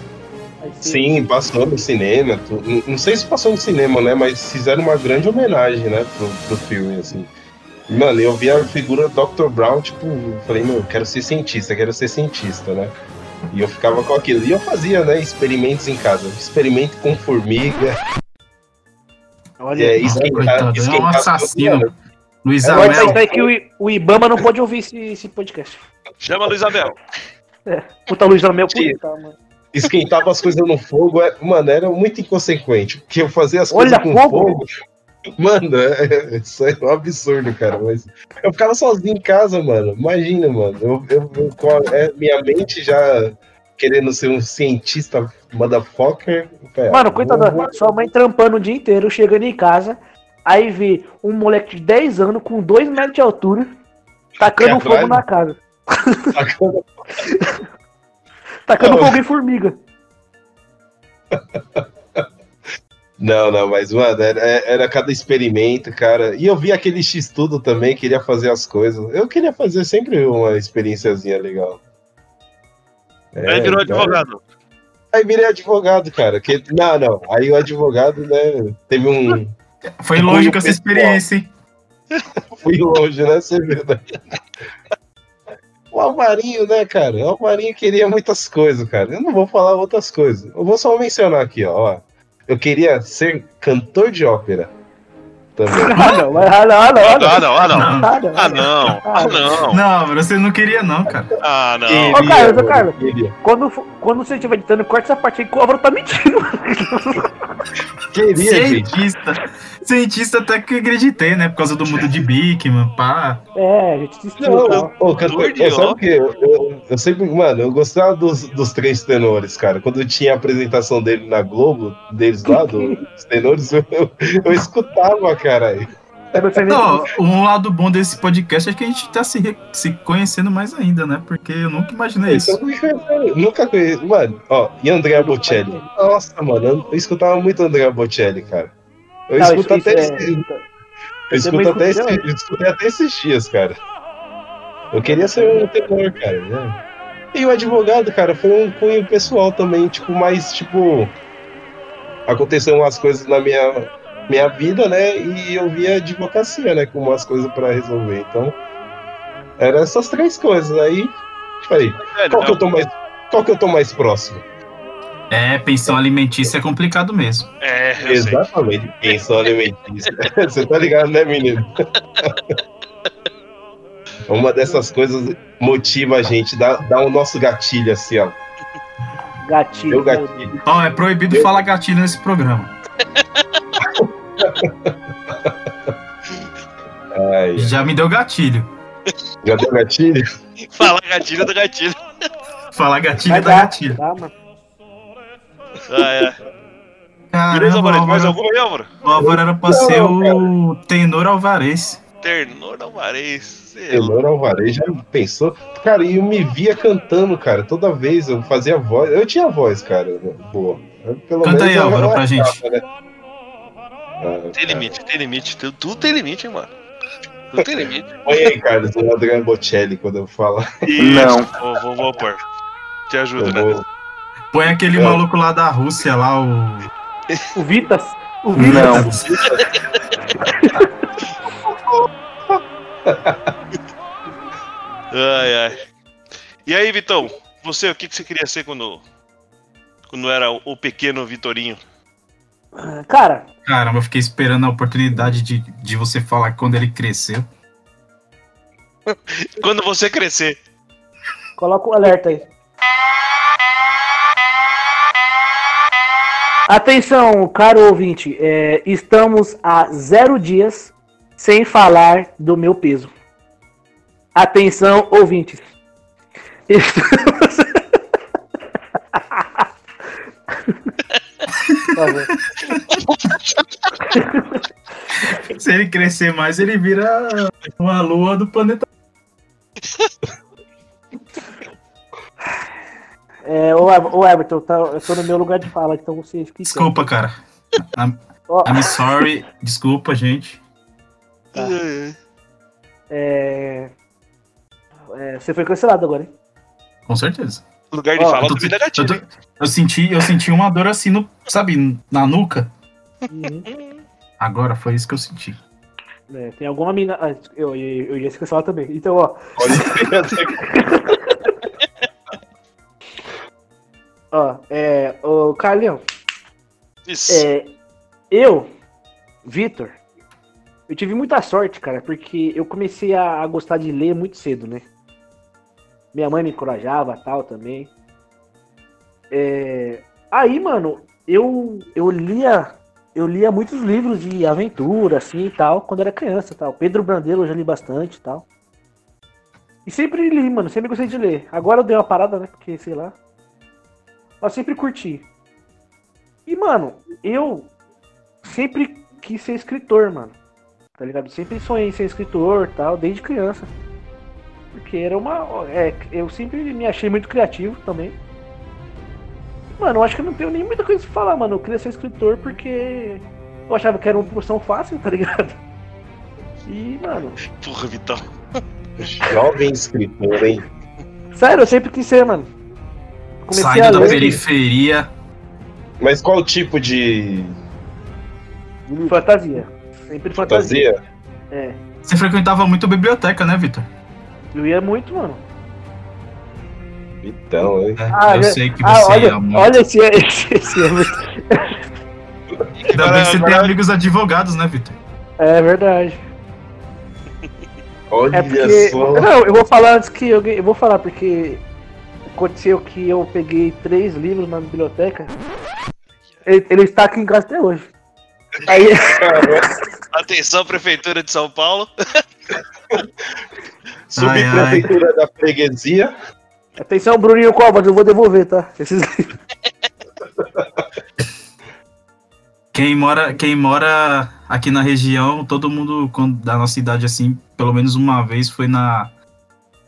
S2: Aí você-
S4: sim, passou no cinema. tu- não- Não sei se passou no cinema, né? Mas fizeram uma grande homenagem, né, pro, pro filme, assim. Mano, eu vi a figura do Dr. Brown, tipo, eu falei, meu, eu quero ser cientista, eu quero ser cientista, né? E eu ficava com aquilo. E eu fazia, né, experimentos em casa. Experimento com formiga,
S2: Olha
S4: É,
S2: aí.
S4: esquentar,
S3: Coitado, é
S4: esquentar
S3: um assassino.
S4: tudo,
S3: Luiz
S4: É um
S2: Corta
S3: Amel.
S2: isso tá aí que o, I- o Ibama não pode ouvir esse, esse podcast.
S1: Chama Luiz Abel.
S2: Puta Luiz Amel,
S4: Sim.
S2: puta, tá, mano.
S4: Esquentava as coisas no fogo, é- mano, era muito inconsequente. Porque eu fazia as
S2: Olha,
S4: coisas com
S2: fogo!
S4: fogo. Mano, é- é- isso é um absurdo, cara. Mas eu ficava sozinho em casa, mano. Imagina, mano. Eu, eu- eu- com a- é, minha mente já querendo ser um cientista motherfucker. eu falei, ah,
S2: Mano, coitada,
S4: vou-
S2: sua mãe trampando o dia inteiro, chegando em casa. Aí vê um moleque de 10 anos com 2 metros de altura tacando
S4: Quer
S2: fogo
S4: atrás?
S2: na casa.
S4: Sacou?
S2: Tacando
S4: Não.
S2: fogo em formiga.
S4: Não, não, mas, mano, era, é, era cada experimento, cara. E eu vi aquele X-Tudo também, queria fazer as coisas. Eu queria fazer sempre uma experiênciazinha legal. É,
S1: Aí virou
S4: então-
S1: advogado.
S4: Aí virei advogado, cara. Que... Não, não. Aí o advogado, né, teve um.
S3: Foi
S4: Cunho
S3: longe com essa
S4: pessoal.
S3: experiência, hein?
S4: Fui longe, né? Você viu, né? O Alvarinho, né, cara? O Alvarinho queria muitas coisas, cara. Eu não vou falar outras coisas. Eu vou só mencionar aqui, ó. ó. Eu queria ser cantor de ópera também.
S2: Ah, não, mas- ah, não, ah, não, ah, não.
S1: Ah, não, ah, não.
S2: Ah, não,
S1: Ah,
S2: ah, não.
S1: não. Ah, não.
S3: Não, você não queria, não, cara.
S1: Ah, não.
S4: Queria,
S2: Ô, Carlos, ô,
S4: mano,
S2: Carlos.
S4: Queria.
S2: Quando, for- quando você estiver editando, corta essa parte aí que o Álvaro tá mentindo.
S4: Queria, gente.
S3: Cientista. Cientista até que eu acreditei, né? Por causa do mundo de Bickman, pá.
S2: É, a gente desistiu.
S4: Não,
S2: tá?
S4: eu, ô, cantor,
S1: de
S4: eu, sabe o
S1: ópera.
S4: que? Eu, eu- eu sempre, mano, eu gostava dos, dos três tenores, cara. Quando eu tinha a apresentação dele na Globo, deles lá, do- dos tenores, eu, eu escutava, cara.
S2: Eu não sei nem-
S3: Não, um lado bom desse podcast é que a gente tá se, re- se conhecendo mais ainda, né? Porque eu nunca imaginei
S4: Então,
S3: isso.
S4: eu nunca conheci. Mano, ó, e André Bocelli. Nossa, mano, eu escutava muito André Bocelli, cara. Eu
S2: Não, isso-
S4: escuto
S2: isso
S4: até
S2: é-
S4: esse- Eu
S2: Você também
S4: escuto até,
S2: escutou?
S4: esse- escutei até esses dias, cara. Eu queria ser um tenor, cara. né? E o advogado, cara, foi um cunho pessoal também, tipo, mais, tipo... Aconteceram umas coisas na minha, minha vida, né? E eu via advocacia, né? Com umas coisas pra resolver. Então, eram essas três coisas. Aí, falei, qual que eu tô mais, qual que eu tô mais próximo?
S3: É, pensão alimentícia é complicado mesmo.
S1: É, eu sei.
S4: Exatamente, pensão alimentícia. Você tá ligado, né, menino? Uma dessas coisas motiva a gente, dá, dá o nosso gatilho assim, ó.
S2: Gatilho.
S4: Meu gatilho.
S3: Ó, é proibido falar gatilho nesse programa.
S4: Ai,
S3: Já me deu gatilho.
S4: já deu gatilho?
S1: Fala gatilho do gatilho.
S3: Falar gatilho
S2: Vai
S3: dá
S2: dar,
S3: gatilho.
S2: dá, tá, mano.
S1: Ah, é. Beleza,
S3: Caramba, o
S1: Alvarez? Mais
S3: Álvaro,
S1: alguma aí, Álvaro?
S3: o Álvaro era pra ser o tenor Alvarez.
S1: Ternor Alvarez. sei lá.
S4: Elor Alvarez já pensou. Cara, e eu me via cantando, cara. Toda vez eu fazia voz. Eu tinha voz, cara. Boa. Eu, Pelo
S3: Canta aí,
S4: eu
S3: Álvaro, pra
S4: relaxava,
S3: gente.
S4: né? Ah,
S1: Tem limite, tem limite. Tudo, tudo tem limite, hein, mano. Tudo tem limite.
S4: Põe aí, Carlos, o Adriano Bocelli quando eu falar.
S1: Não. Vou, vou, vou pôr. Te ajudo,
S4: Eu
S1: né?
S4: vou-
S3: Põe aquele
S4: É.
S3: maluco lá da Rússia, lá o.
S2: O Vitas. O Vitas.
S6: Não.
S1: Ai, ai. E aí, Vitão? Você, o que, que você queria ser quando. Quando era o o pequeno Vitorinho?
S2: Ah, Cara,
S3: Caramba, eu fiquei esperando a oportunidade de, de você falar quando ele cresceu.
S1: Quando você crescer.
S2: coloca o alerta aí. Atenção, caro ouvinte. é, estamos há zero dias sem falar do meu peso. Atenção, ouvintes. Estamos... Por favor.
S3: Se ele crescer mais, ele vira uma lua do planeta.
S2: É, ô, Ev- ô Everton, tá- eu tô no meu lugar de fala, então você fica.
S3: Desculpa, cara. I'm,
S2: Ó,
S3: I'm sorry. Desculpa, gente.
S1: Ah.
S2: Tá. é, é, você foi cancelado agora, hein?
S3: Com certeza.
S1: Lugar de
S2: Ó,
S1: falar
S3: Eu, tô-
S1: também dá
S3: eu
S1: gatilho.
S3: tô- eu senti, eu senti uma dor assim, no, sabe, na nuca. Agora foi isso que eu senti.
S2: Uhum. É, tem alguma mina. ah, Eu, eu, eu ia se cancelar também. Então, ó,
S4: Olha,
S2: ó, é, ô Carlinhos,
S1: Isso.
S2: é, eu, Vitor, eu tive muita sorte, cara, porque eu comecei a, a gostar de ler muito cedo, né? Minha mãe me encorajava tal também. É, aí, mano, eu, eu lia. Eu lia muitos livros de aventura, assim e tal, quando era criança tal. Pedro Brandelo eu já li bastante e tal. E sempre li, mano, sempre gostei de ler. Agora eu dei uma parada, né? Porque, sei lá. Mas sempre curti. E, mano, eu sempre quis ser escritor, mano. Tá ligado? Sempre sonhei em ser escritor tal, desde criança. Porque era uma. é, eu sempre me achei muito criativo também. Mano, eu acho que eu não tenho nem muita coisa pra falar, mano. Eu queria ser escritor porque eu achava que era uma profissão fácil, tá ligado? E, mano,
S1: Porra, Vitão.
S4: Jovem escritor, hein?
S2: sério, eu sempre quis ser, mano. Comecei a
S3: Saindo da
S2: ler-
S3: periferia.
S4: Mas qual tipo de
S2: Fantasia. Sempre fantasia.
S4: fantasia?
S2: É.
S3: Você frequentava muito a biblioteca, né, Vitor?
S2: Eu ia muito, mano.
S4: Vitão, Então, hein?
S3: É,
S2: Ah,
S3: eu
S2: já-
S3: sei que
S2: Ah,
S3: você
S2: olha,
S3: ia muito.
S2: olha esse, esse, esse é muito-
S3: Ainda bem que você tem amigos advogados, né, Vitor?
S2: É verdade.
S4: Olha
S2: É porque.
S4: só.
S2: Não, eu vou falar antes que alguém. Eu vou falar porque aconteceu que eu peguei três livros na biblioteca. Ele, ele está aqui em casa até hoje. Aí,
S1: Atenção, Prefeitura de São Paulo.
S4: Subprefeitura da freguesia.
S2: atenção, Bruninho Covas, eu vou devolver, tá? Esses livros.
S3: Quem mora, quem mora aqui na região, todo mundo quando- da nossa idade, assim, pelo menos uma vez foi na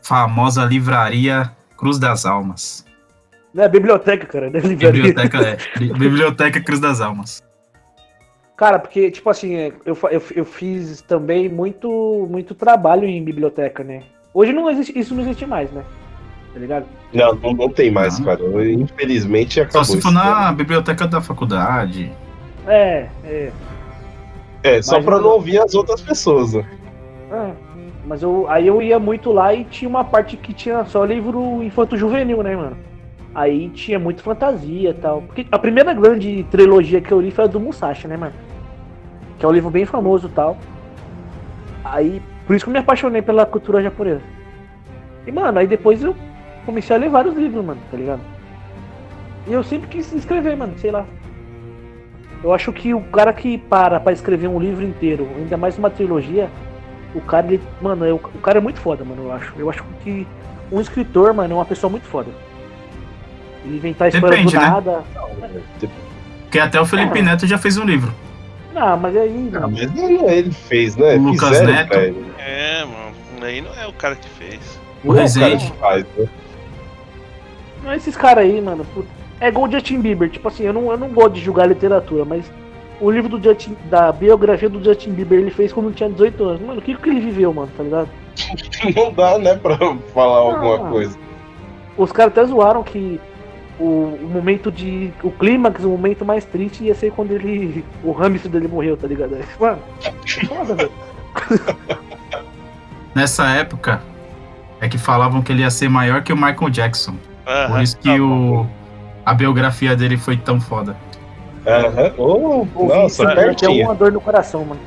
S3: famosa livraria Cruz das Almas.
S2: Não é biblioteca, cara, não é livraria.
S3: Biblioteca, é, Bi- Biblioteca Cruz das Almas.
S2: Cara, porque, tipo assim, é, eu, fa- eu, eu fiz também muito, muito trabalho em biblioteca, né? Hoje não existe, isso não existe mais, né? Tá ligado?
S4: Não, não, não tem mais,
S3: Não.
S4: cara. Infelizmente
S3: Só
S4: acabou.
S3: se
S4: isso.
S3: for
S4: né?
S3: na biblioteca da faculdade.
S2: É, é.
S4: É, só
S2: Mas
S4: pra
S2: não-
S4: não ouvir as outras pessoas. né?
S2: é. Mas eu, aí eu ia muito lá e tinha uma parte que tinha só livro infanto-juvenil, né, mano? Aí tinha muito fantasia e tal. Porque a primeira grande trilogia que eu li foi a do Musashi, né, mano? Que é um livro bem famoso e tal. Aí, por isso que eu me apaixonei pela cultura japonesa. E, mano, aí depois eu comecei a ler vários livros, mano, tá ligado? E eu sempre quis escrever, mano, sei lá. Eu acho que o cara que para pra escrever um livro inteiro, ainda mais uma trilogia, o cara, ele, mano, eu- o cara é muito foda, mano, eu acho. Eu acho que um escritor, mano, é uma pessoa muito foda. Ele inventar história
S3: Depende,
S2: do
S3: né?
S2: nada.
S3: Porque até o Felipe Neto já fez um livro.
S2: Não, mas é aí,
S4: Ah,
S2: mano,
S4: mas não é ele que fez, né?
S3: O Lucas
S4: Fizeram,
S3: Neto.
S4: velho.
S1: É, mano. Aí não é o cara que fez.
S4: Não é o cara
S3: Rezende.
S4: que faz, né?
S2: não é esses caras aí, mano. puta. É igual o Justin Bieber. Tipo assim, eu não, eu não gosto de julgar literatura, mas o livro do Justin, da biografia do Justin Bieber ele fez quando tinha 18 anos. Mano, o que, que ele viveu, mano, tá ligado?
S4: Não dá, né, pra falar alguma
S2: Ah.
S4: coisa.
S2: Os caras até zoaram que o, o momento de. O clímax, o momento mais triste ia ser quando ele. O hamster dele morreu, tá ligado? Mano, foda, velho.
S3: Nessa época, é que falavam que ele ia ser maior que o Michael Jackson. Por
S1: Aham,
S3: isso
S1: tá
S3: que o, a biografia dele foi tão foda.
S4: Aham. Oh,
S2: Ouvi isso, né?
S4: nossa,
S2: mano, Deu
S4: pertinho.
S2: uma dor no coração, mano.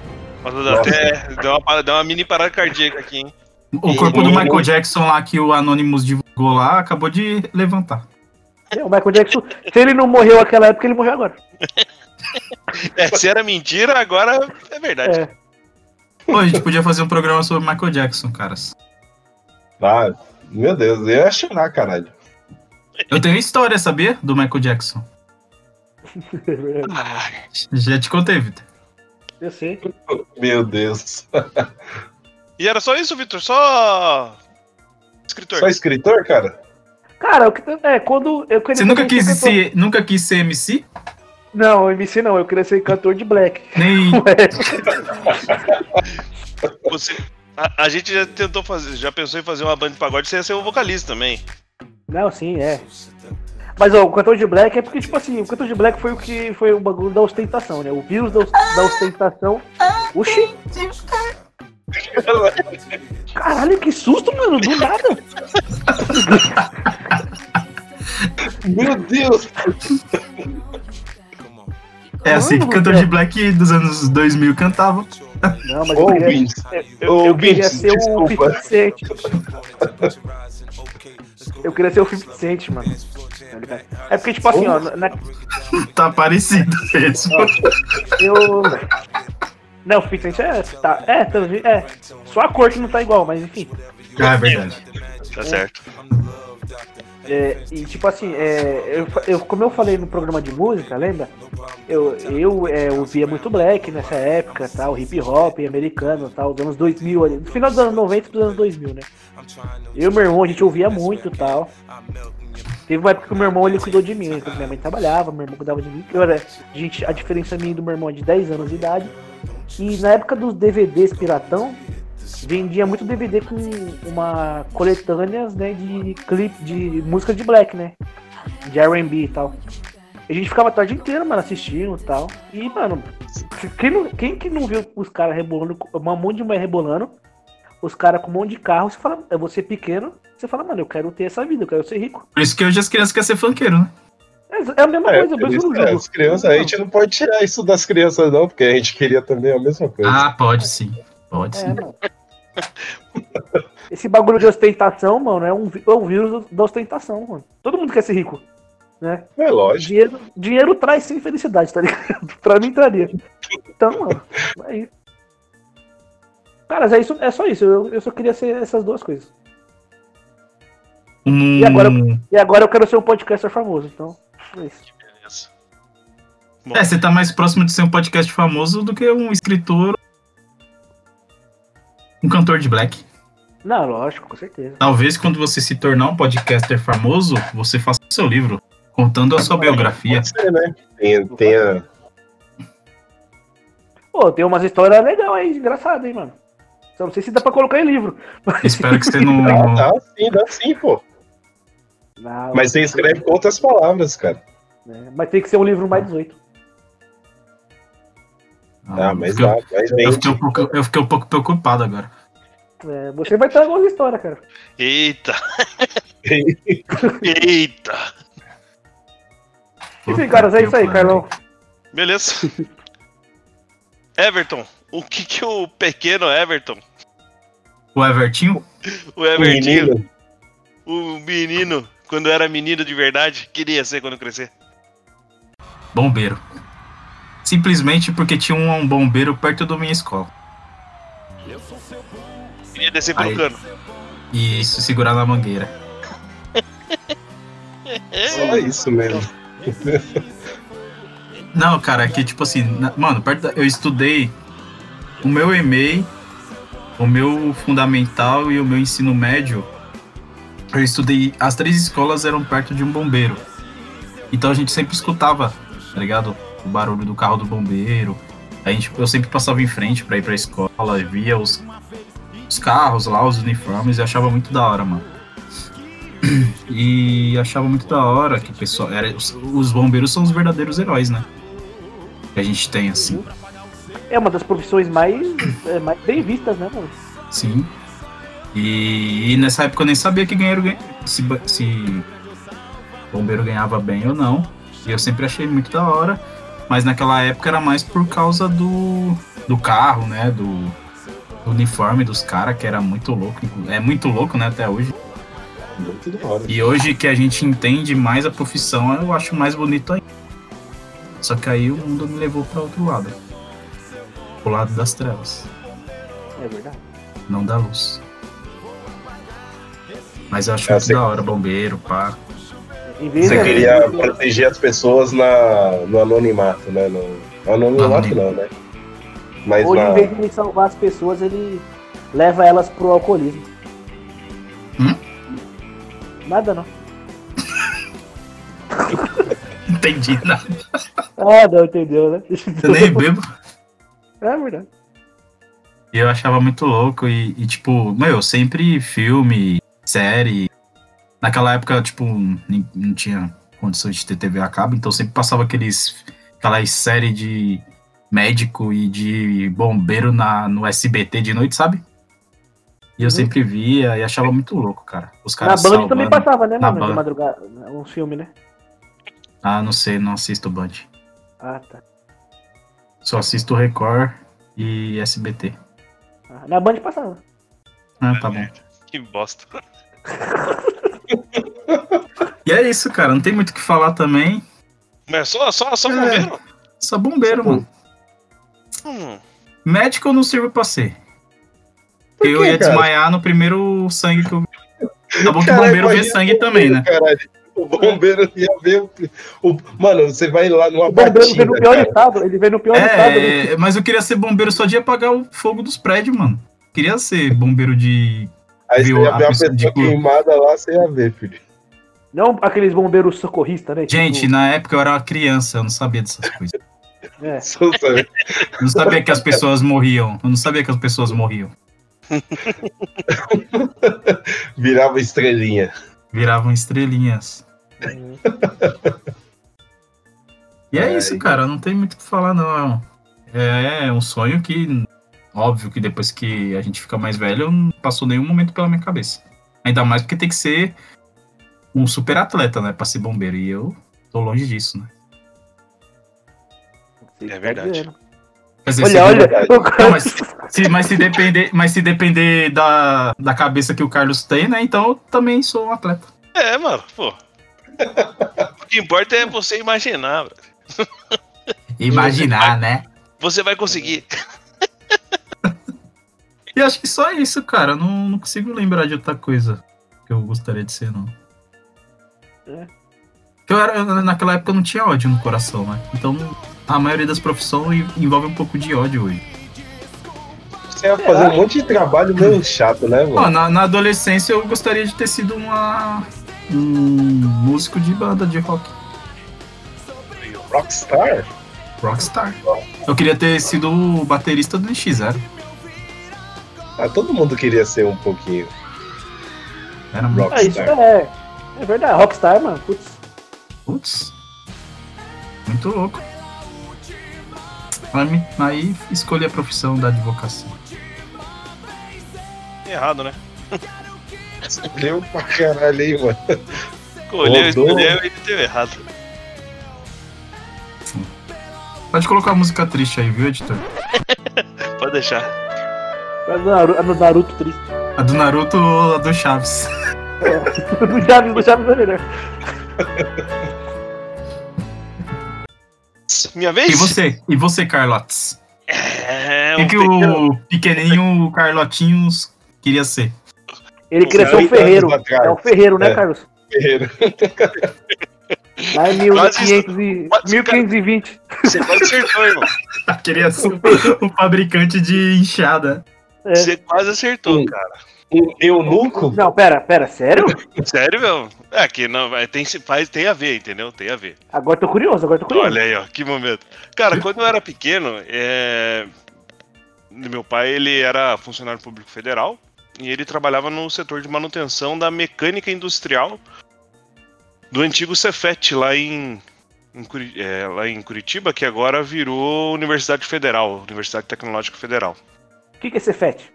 S1: Mas deu até deu uma, para- deu uma mini parada cardíaca aqui, hein?
S3: O corpo do
S4: E-
S3: Michael Jackson lá que o Anonymous divulgou lá acabou de levantar.
S2: É, O Michael Jackson, se ele não morreu naquela época, ele morreu agora.
S1: É, se era mentira, agora é verdade.
S2: É.
S3: Pô, a gente podia fazer um programa sobre o Michael Jackson, caras.
S4: Ah, meu Deus, eu ia chorar, caralho.
S3: Eu tenho história, sabia? Do Michael Jackson.
S1: É.
S3: Já te contei, Vitor.
S2: Eu sei.
S4: Meu Deus.
S1: E era só isso, Vitor? Só. Escritor.
S4: Só escritor, cara?
S2: Cara, eu que- é, quando eu queria
S3: Você nunca
S2: ser
S3: quis,
S2: cantor-
S3: ser, nunca quis ser MC?
S2: Não, MC não, eu queria ser cantor de black.
S3: Nem.
S1: Você- a, a gente já tentou fazer, já pensou em fazer uma banda de pagode, você ia ser o vocalista também.
S2: Não, sim, é. Mas ó, o cantor de black é porque, tipo assim, o cantor de black foi o que foi o bagulho da ostentação, né? O vírus da, os- da ostentação. Oxi! Caralho, que susto, mano, do nada!
S4: Meu Deus!
S3: É assim que
S2: Mano,
S3: cantor
S2: Vitor.
S3: de black dos anos 2000 cantava.
S2: Não, mas eu
S4: Ô,
S2: queria,
S4: Vince,
S2: eu, eu
S4: Ô,
S2: queria
S4: Vince,
S2: ser o 50
S4: desculpa.
S2: Cent. Eu queria ser o 50 Cent, mano. Tá ligado? É porque, tipo assim, ó, na,
S3: Tá parecido mesmo.
S2: Eu. Não, Fita, isso é. Tá, é, tá, é. Só a cor que não tá igual, mas enfim.
S3: Ah, é verdade.
S1: Tá certo.
S2: É, e tipo assim, é, eu, eu- como eu falei no programa de música, lembra? Eu, eu é, ouvia muito black nessa época, tal, hip hop americano, tal, dos anos 2000, ali, no final dos anos 90 dos anos 2000, né? Eu e meu irmão, a gente ouvia muito tal. Teve uma época que o meu irmão ele cuidou de mim, né? Então, minha mãe trabalhava, meu irmão cuidava de mim. Eu era, a, gente, a diferença minha e do meu irmão é de 10 anos de idade. E na época dos DVDs piratão, vendia muito DVD com uma coletâneas, né, de clipe de música de black, né? De R&B e tal. E a gente ficava a tarde inteira, mano, assistindo e tal. E, mano, quem, não- quem que não viu os caras rebolando, um monte de mulher rebolando, os caras com um monte de carro, você fala, é você pequeno, você fala, mano, eu quero ter essa vida, eu quero ser rico.
S3: Por isso que hoje as crianças querem ser funkeiro, né?
S2: É, é a mesma
S4: É,
S2: coisa, eu
S4: por
S2: mesmo
S4: isso,
S2: no
S4: é,
S2: jogo.
S4: as crianças, a gente não pode tirar isso das crianças, não, porque a gente queria também a mesma coisa.
S3: Ah, pode sim. Pode
S4: assim.
S2: É,
S3: sim.
S2: mano. Esse bagulho de ostentação, mano, é um, vi- é um vírus da ostentação, mano. Todo mundo quer ser rico. né?
S4: É lógico.
S2: Dinheiro, dinheiro traz sim felicidade, tá ligado? pra mim traria. Então, mano, é isso. Cara, é, isso, é só isso. Eu, eu só queria ser essas duas coisas.
S3: Um-
S2: E agora- E agora eu quero ser um podcaster famoso, então. É isso.
S1: Beleza. Bom,
S3: É, você tá mais próximo de ser um podcast famoso do que um escritor. Um cantor de black.
S2: Não, lógico, com certeza.
S3: Talvez quando você se tornar um podcaster famoso, você faça o seu livro, contando a sua biografia.
S4: Pode ser, né? Tem, tem a-
S2: Pô, tem umas histórias legais aí, engraçadas, hein, mano. Só não sei se dá pra colocar em livro.
S3: Espero que você não.
S4: Ah, tá, sim, dá sim, pô.
S2: Não,
S4: Mas você escreve com outras palavras, cara.
S2: né? Mas tem que ser um livro mais 18.
S4: Ah, mas
S3: eu,
S4: dá, mas
S3: eu
S4: vende.
S3: fiquei um pouco, eu fiquei um pouco preocupado agora.
S2: É, você vai ter algumas histórias, cara.
S1: Eita! Eita!
S2: Enfim,
S3: Puta
S2: caras, é
S3: que
S2: isso aí,
S3: pariu.
S2: Carlão.
S1: Beleza. Everton, o que que o pequeno Everton,
S3: O Evertinho?
S1: o Evertinho,
S4: Menino,
S1: o menino, quando era menino de verdade, queria ser quando crescer?
S3: Bombeiro. Simplesmente porque tinha um um bombeiro perto da minha escola.
S1: Queria descer pelo
S3: Aí.
S1: cano.
S3: E isso, segurar na mangueira.
S4: só É isso mesmo.
S3: Não, cara, que tipo assim, na- mano, perto da- eu estudei o meu EMEI, o meu fundamental e o meu ensino médio. Eu estudei, as três escolas eram perto de um bombeiro. Então a gente sempre escutava, tá ligado? O barulho do carro do bombeiro. A gente, eu sempre passava em frente pra ir pra escola e via os, os carros lá, os uniformes, e achava muito da hora, mano. E achava muito da hora que o pessoal. Era, os, os bombeiros são os verdadeiros heróis, né? Que a gente tem, assim.
S2: É uma das profissões mais, é, mais bem vistas, né, mano?
S3: Sim. E, e nessa época eu nem sabia que ganheiro ganha- se, ba- se bombeiro ganhava bem ou não. E eu sempre achei muito da hora. Mas naquela época era mais por causa do, do carro, né? Do, do uniforme dos caras, que era muito louco. inclu- É muito louco, né? Até hoje.
S4: Muito da hora.
S3: E hoje que a gente entende mais a profissão, eu acho mais bonito ainda. Só que aí o mundo me levou pra outro lado. O lado das trevas,
S2: É verdade.
S3: não da luz. Mas eu acho
S2: É
S4: Ah,
S3: muito
S2: assim.
S4: você-
S3: da hora, bombeiro, pá.
S2: Em vez
S4: Você
S2: de-
S4: queria proteger as pessoas na, no anonimato, né? No, no anonimato
S3: Anonimato.
S4: não, né? Mas
S2: Hoje, em
S4: na,
S2: vez de ele salvar as pessoas, ele leva elas pro alcoolismo.
S3: Hum?
S2: Nada não.
S3: Entendi nada.
S2: Ah, não, entendeu, né?
S3: Eu nem bebo.
S2: É verdade.
S3: E eu achava muito louco e, e, tipo, meu, sempre filme, série. Naquela época, tipo, nem- não tinha condições de ter TV a cabo, então sempre passava aqueles, aquelas séries de médico e de bombeiro na, no SBT de noite, sabe? E eu sempre via e achava muito louco, cara. Os
S2: Uhum. Na Band
S3: caras
S2: também
S3: salvando.
S2: passava, né,
S3: Na
S2: mano? De
S3: Band.
S2: madrugada. Um filme, né?
S3: Ah, não sei, não assisto Band.
S2: Ah, tá.
S3: Só assisto Record e SBT.
S2: Ah, Na Band passava.
S3: Ah, tá bom.
S1: Que bosta.
S3: E é isso, cara. Não tem muito o que falar também.
S1: Mas só, só, só
S3: É.
S1: bombeiro?
S3: Só
S4: Tá
S3: bombeiro, mano.
S1: Hum,
S3: Médico eu não sirvo pra ser.
S4: Por
S3: eu
S4: quê,
S3: ia
S4: cara?
S3: desmaiar no primeiro sangue que eu Tá bom que o
S4: Caralho,
S3: bombeiro vê
S4: imagina
S3: sangue também, né?
S4: Caralho, o bombeiro ia ver. O... o- Mano, você vai lá numa
S1: É
S2: O bombeiro
S4: batida.
S2: veio no pior
S4: cara.
S2: estado. Ele veio no pior estado. né?
S3: É, é, mas eu queria ser bombeiro só de apagar o fogo dos prédios, mano. Queria ser bombeiro de.
S4: Aí
S3: viu
S4: você ia
S3: a
S4: ver uma
S3: pessoa
S4: pessoa
S3: de cu.
S4: queimada lá, você ia ver, filho.
S2: Não aqueles bombeiros socorristas, né?
S3: Gente,
S2: Tipo,
S3: na época eu era uma criança, eu não sabia dessas coisas.
S2: é.
S4: Só sabe.
S3: Eu não sabia que as pessoas morriam. Eu não sabia que as pessoas morriam.
S4: Virava estrelinha.
S3: Viravam estrelinhas. E é
S4: Ai.
S3: isso, cara. Não tem muito o que falar, não. É um sonho que, óbvio, que depois que a gente fica mais velho, não passou nenhum momento pela minha cabeça. Ainda mais porque tem que ser um super atleta, né? Pra ser bombeiro. E eu tô longe disso, né?
S1: É verdade.
S3: Quer dizer, se-
S2: Tá Olha, olha.
S3: é Não, mas, se, mas se depender, mas se depender da, da cabeça que o Carlos tem, né? Então eu também sou um atleta.
S1: É, mano, pô. O que importa é você imaginar. velho.
S3: Imaginar, né?
S1: Você vai conseguir.
S3: E acho que só isso, cara. Eu Não, não consigo lembrar de outra coisa que eu gostaria de ser, não.
S2: É.
S3: Que Eu era, eu- naquela época eu não tinha ódio no coração, né? Então a maioria das profissões envolve um pouco de ódio hoje.
S4: Você ia fazer um monte de trabalho meio chato, né,
S3: Ó,
S4: mano?
S3: na, na adolescência eu gostaria de ter sido uma, um músico de banda de rock.
S4: Rockstar?
S3: Rockstar. Eu queria ter sido o baterista do NX0.
S4: Ah, todo mundo queria ser um pouquinho
S3: Era muito.
S2: Ah, isso
S4: Rockstar.
S2: é. É verdade. Rockstar, mano. Putz.
S3: Putz. Muito louco. Aí, me- aí escolhi a profissão da advocacia.
S1: Errado, né?
S4: Deu pra caralho aí, mano.
S1: Escolheu,
S4: Rodou.
S1: escolheu e deu errado.
S3: Pode colocar a música triste aí, viu, editor?
S1: Pode deixar.
S2: A do Naru- a do é Naruto triste.
S3: A do Naruto ou a do Chaves?
S2: Do Chaves, do Chaves é melhor.
S1: Minha vez?
S3: E você? E você, Carlotes?
S1: É,
S3: O
S1: um
S3: que, que
S1: pequeno-
S3: o pequenininho Carlotinhos queria ser?
S2: Ele
S1: Uns
S2: queria ser um
S4: 30 anos
S2: ferreiro.
S4: atrás.
S2: É um ferreiro, né,
S4: É.
S2: Carlos?
S4: Ferreiro.
S2: Lá em
S1: Quase isso. é-
S2: 1500 e-
S1: Quase,
S2: 1520.
S1: Você quase acertou, irmão.
S3: queria ser um fabricante de enxada.
S2: É.
S1: Você quase acertou,
S4: Hum.
S1: cara.
S4: Um eunuco?
S2: Não, pera, pera, sério?
S1: Sério, meu? É que não, é, tem, se- faz, tem a ver, entendeu? Tem a ver.
S2: Agora tô curioso, agora tô curioso.
S1: Olha aí, ó, que momento. Cara, quando eu era pequeno, é... meu pai ele era funcionário público federal e ele trabalhava no setor de manutenção da mecânica industrial do antigo Cefet lá em, em Curi- é, lá em Curitiba, que agora virou Universidade Federal, Universidade Tecnológica Federal.
S2: O que, que é Cefete?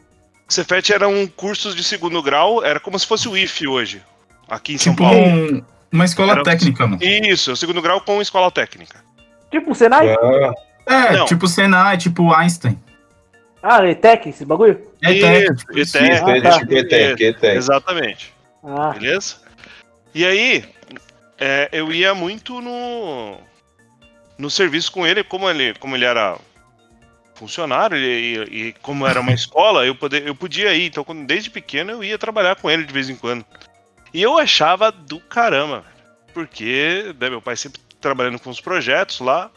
S1: Cefet era um curso de segundo grau, era como se fosse o IF hoje, aqui em São
S3: Tipo
S1: Paulo.
S3: um- uma escola
S1: Era um-
S3: técnica, mano.
S1: Isso, o segundo grau com escola técnica.
S2: Tipo um Senai?
S4: Ah,
S3: É,
S1: Não.
S3: tipo Senai, tipo Einstein.
S2: Ah, é Tech, esse bagulho?
S3: É
S1: Isso,
S3: técnico,
S1: é
S3: isso,
S1: técnico.
S4: tem,
S2: tá.
S4: tem, tem, tem, tem.
S1: Exatamente.
S2: Ah,
S1: Beleza? E aí, é, eu ia muito no, no serviço com ele, como ele, como ele era funcionário e, e- e como era uma escola, eu, poder, eu podia ir. Então, quando- desde pequeno, eu ia trabalhar com ele de vez em quando. E eu achava do caramba, velho, porque né, meu pai sempre trabalhando com os projetos lá,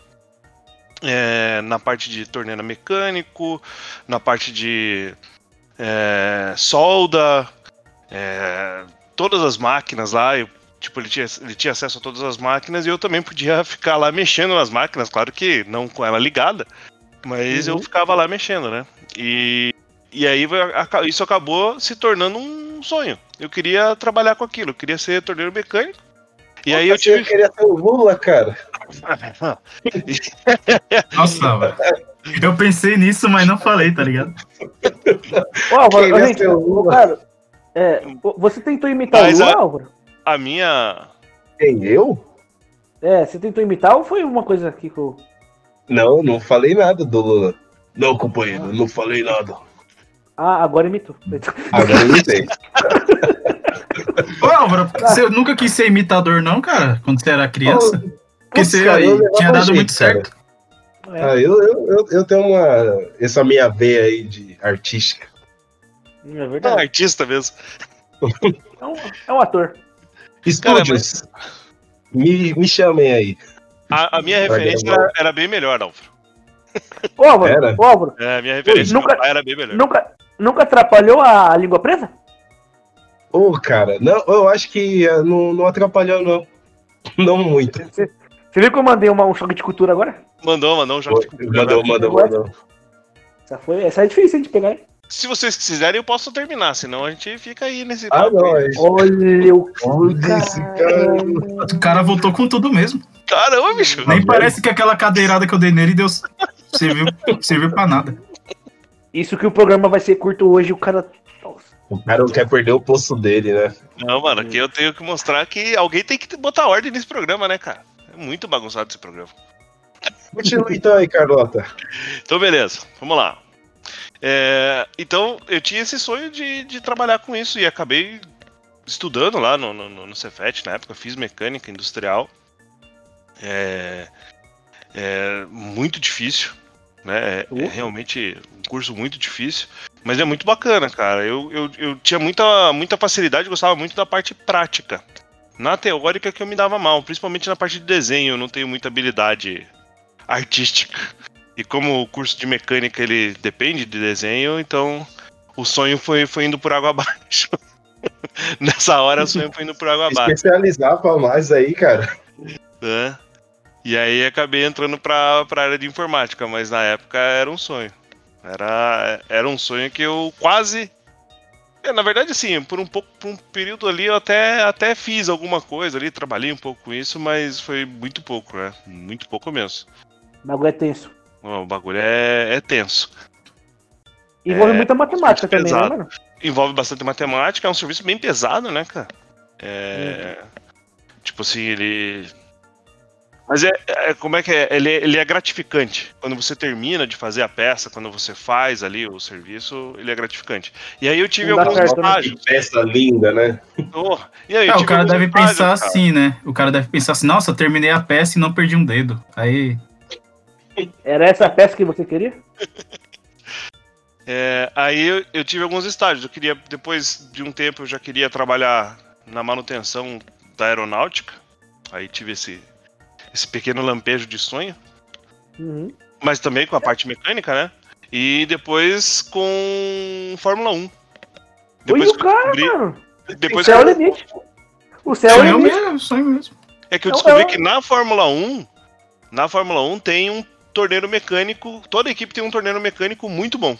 S1: é, na parte de torneira mecânico, na parte de é, solda, é, todas as máquinas lá, eu, tipo, ele tinha, ele tinha acesso a todas as máquinas e eu também podia ficar lá mexendo nas máquinas, claro que não com ela ligada, mas eu ficava lá mexendo, né? E, e aí vai- aca- isso acabou se tornando um sonho. Eu queria trabalhar com aquilo, eu queria ser torneiro mecânico. E aí eu
S4: Você
S1: tive.
S4: queria ser é o Lula, cara.
S1: é.
S3: Nossa, velho. Eu pensei nisso, mas não falei, tá ligado?
S2: Ô, Álvaro,
S4: Queria
S2: gente,
S4: ser o é Lula.
S2: cara, é, vo- você tentou imitar
S1: Mas
S2: o Lula,
S1: a-
S2: Álvaro?
S1: A minha.
S4: Quem, eu?
S2: É, você tentou imitar ou foi uma coisa aqui que eu...
S4: Não, não falei nada do Lula. Não, companheiro, não falei nada.
S2: Ah, agora imitou.
S4: Agora eu não sei.
S3: Ô, Álvaro, você nunca quis ser imitador, não, cara? Quando você era criança? Porque
S4: Putz,
S3: você
S4: cara, eu levava
S3: tinha dado
S4: jeito,
S3: muito
S4: cara.
S3: certo.
S2: É,
S4: Ah, eu, eu, eu, eu tenho uma. Essa minha veia aí de artística.
S2: é
S1: Não,
S2: verdade.
S1: artista mesmo.
S2: É um, é um ator.
S4: Estúdios, me, me chamem aí.
S1: A, a minha
S4: Pra
S1: referência
S4: gravar.
S1: era, era bem melhor, Álvaro.
S2: Ô, Álvaro,
S4: Era?
S2: ô, Álvaro,
S1: É, a minha referência
S2: nunca-
S1: do pai era bem melhor.
S2: nunca, nunca atrapalhou a língua presa?
S4: Ô, cara, não, eu acho que eh, não, não atrapalhou, não. Não muito.
S2: Você viu que eu mandei uma- um choque de cultura agora?
S1: Mandou, mandou um jogo de cultura,
S4: Mandou,
S1: né?
S4: mandou, mandou.
S2: Essa, foi, essa é difícil hein, de pegar, hein?
S1: Se vocês quiserem, eu posso terminar, senão a gente fica aí nesse.
S4: Ah,
S1: papo
S4: não,
S1: aí.
S4: é isso.
S2: Olha o
S4: Olha esse cara.
S3: O cara voltou com tudo mesmo.
S1: Caramba, bicho.
S3: Nem parece que aquela cadeirada que eu dei nele deu. Serviu, serviu pra nada.
S2: Isso que o programa vai ser curto hoje, o cara. Nossa.
S4: O cara não quer perder o posto dele, né?
S1: Não, mano, aqui eu tenho que mostrar que alguém tem que botar ordem nesse programa, né, cara? É muito bagunçado esse programa.
S4: Continua então aí, Carlota.
S1: Então, beleza, vamos lá. É, então, eu tinha esse sonho de, de trabalhar com isso e acabei estudando lá no, no, no- no Cefet, na época, eu fiz mecânica industrial. É, é muito difícil, né? É, é
S2: Uh.
S1: realmente um curso muito difícil, mas é muito bacana, cara. Eu, eu, eu tinha muita, muita facilidade, gostava muito da parte prática. Na teórica que eu me dava mal, principalmente na parte de desenho, eu não tenho muita habilidade artística. E como o curso de mecânica ele depende de desenho, então o sonho foi, foi indo por água abaixo. Nessa hora o sonho foi indo por
S3: Tá
S1: água abaixo.
S4: Especializava mais aí, cara.
S1: né? E aí acabei entrando pra, pra área de informática, mas na época era um sonho. Era, era um sonho que eu quase. é, na verdade, assim, por um pouco, por um período ali eu até, até fiz alguma coisa ali, trabalhei um pouco com isso, mas foi muito pouco, né? Muito pouco mesmo.
S2: O bagulho é tenso.
S1: O bagulho é- é tenso.
S2: Envolve
S1: É,
S2: muita matemática
S1: muito
S2: também, né,
S1: pesado.
S2: mano?
S1: envolve bastante matemática, é um serviço bem pesado, né, cara? É.
S3: Uhum.
S1: Tipo assim, ele. Mas é, é- como é que é? Ele, ele é gratificante. Quando você termina de fazer a peça, quando você faz ali o serviço, ele é gratificante. E aí eu tive
S2: Não dá
S3: Tá
S1: alguns
S2: certo, né?
S4: Que
S1: estágios.
S4: peça linda, né?
S1: Oh, e aí eu
S3: Ah, o
S1: tive
S3: cara
S1: alguns
S3: deve
S1: estágios,
S3: pensar
S1: cara.
S3: assim, né? O cara deve pensar assim, nossa, eu terminei a peça e não perdi um dedo. Aí.
S2: Era essa a peça que você queria?
S1: É, aí eu, eu tive alguns estágios. Eu queria, depois de um tempo, eu já queria trabalhar na manutenção da aeronáutica. Aí tive esse, esse pequeno lampejo de sonho.
S2: Uhum.
S1: mas também com a parte mecânica, né? E depois com Fórmula 1.
S2: Oi,
S1: Depois
S2: o
S1: que eu descobri,
S2: cara, mano. O
S1: depois que
S2: céu é o
S1: eu,
S2: limite. O céu é o
S3: Sonho
S2: limite.
S3: mesmo, sonho mesmo.
S1: é que eu
S2: Não,
S1: descobri
S2: não.
S1: que na Fórmula 1, na Fórmula 1 tem um torneiro mecânico, toda equipe tem um torneiro mecânico muito bom,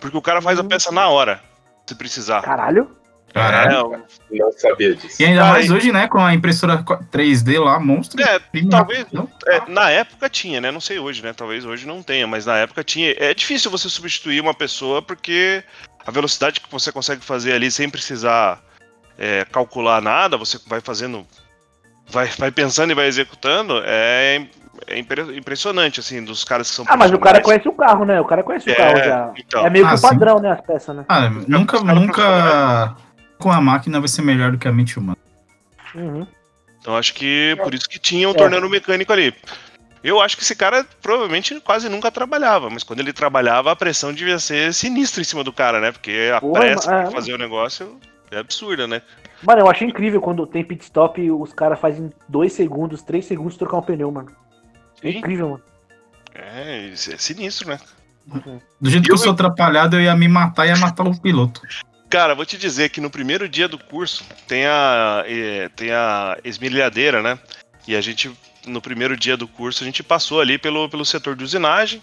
S1: porque o cara faz
S2: Uhum.
S1: a peça na hora, se precisar.
S2: Caralho.
S3: Caralho.
S1: É,
S4: Não sabia disso.
S3: E ainda
S1: Cara,
S3: mais
S1: e-
S3: hoje, né? Com a impressora 3D lá, monstro.
S1: é,
S3: Prima-
S1: talvez-
S3: Não?
S2: Ah.
S1: É, na época tinha, né? Não sei hoje, né? Talvez hoje não tenha, mas na época tinha. É difícil você substituir uma pessoa porque a velocidade que você consegue fazer ali sem precisar é, calcular nada, você vai fazendo. Vai, vai pensando e vai executando, é, é impre- impressionante, assim, dos caras que são.
S2: Ah, mas o cara
S1: profissionais.
S2: conhece o carro, né? O cara conhece o
S1: É,
S2: carro já.
S1: então.
S2: é meio que
S3: Ah,
S2: o
S3: sim.
S2: padrão, né? As peças, né?
S3: Ah, nunca,
S1: os caras
S3: nunca. Com a máquina vai ser melhor do que a mente humana.
S2: Uhum.
S1: Então acho que por isso que tinha um
S2: É.
S1: torneiro mecânico ali. Eu acho que esse cara provavelmente quase nunca trabalhava, mas quando ele trabalhava, a pressão devia ser sinistra em cima do cara, né? Porque a
S2: Porra,
S1: pressa
S2: é.
S1: pra fazer o negócio é absurda, né?
S2: Mano, eu acho incrível quando tem pit stop e os caras fazem 2 segundos, 3 segundos trocar um pneu, mano. É
S1: Sim.
S2: incrível, mano.
S1: É, isso é sinistro, né?
S3: Do jeito que eu sou atrapalhado, eu ia me matar e ia matar o piloto.
S1: Cara, vou te dizer que no primeiro dia do curso tem a, eh, tem a esmerilhadeira, né? E a gente, no primeiro dia do curso, a gente passou ali pelo, pelo setor de usinagem.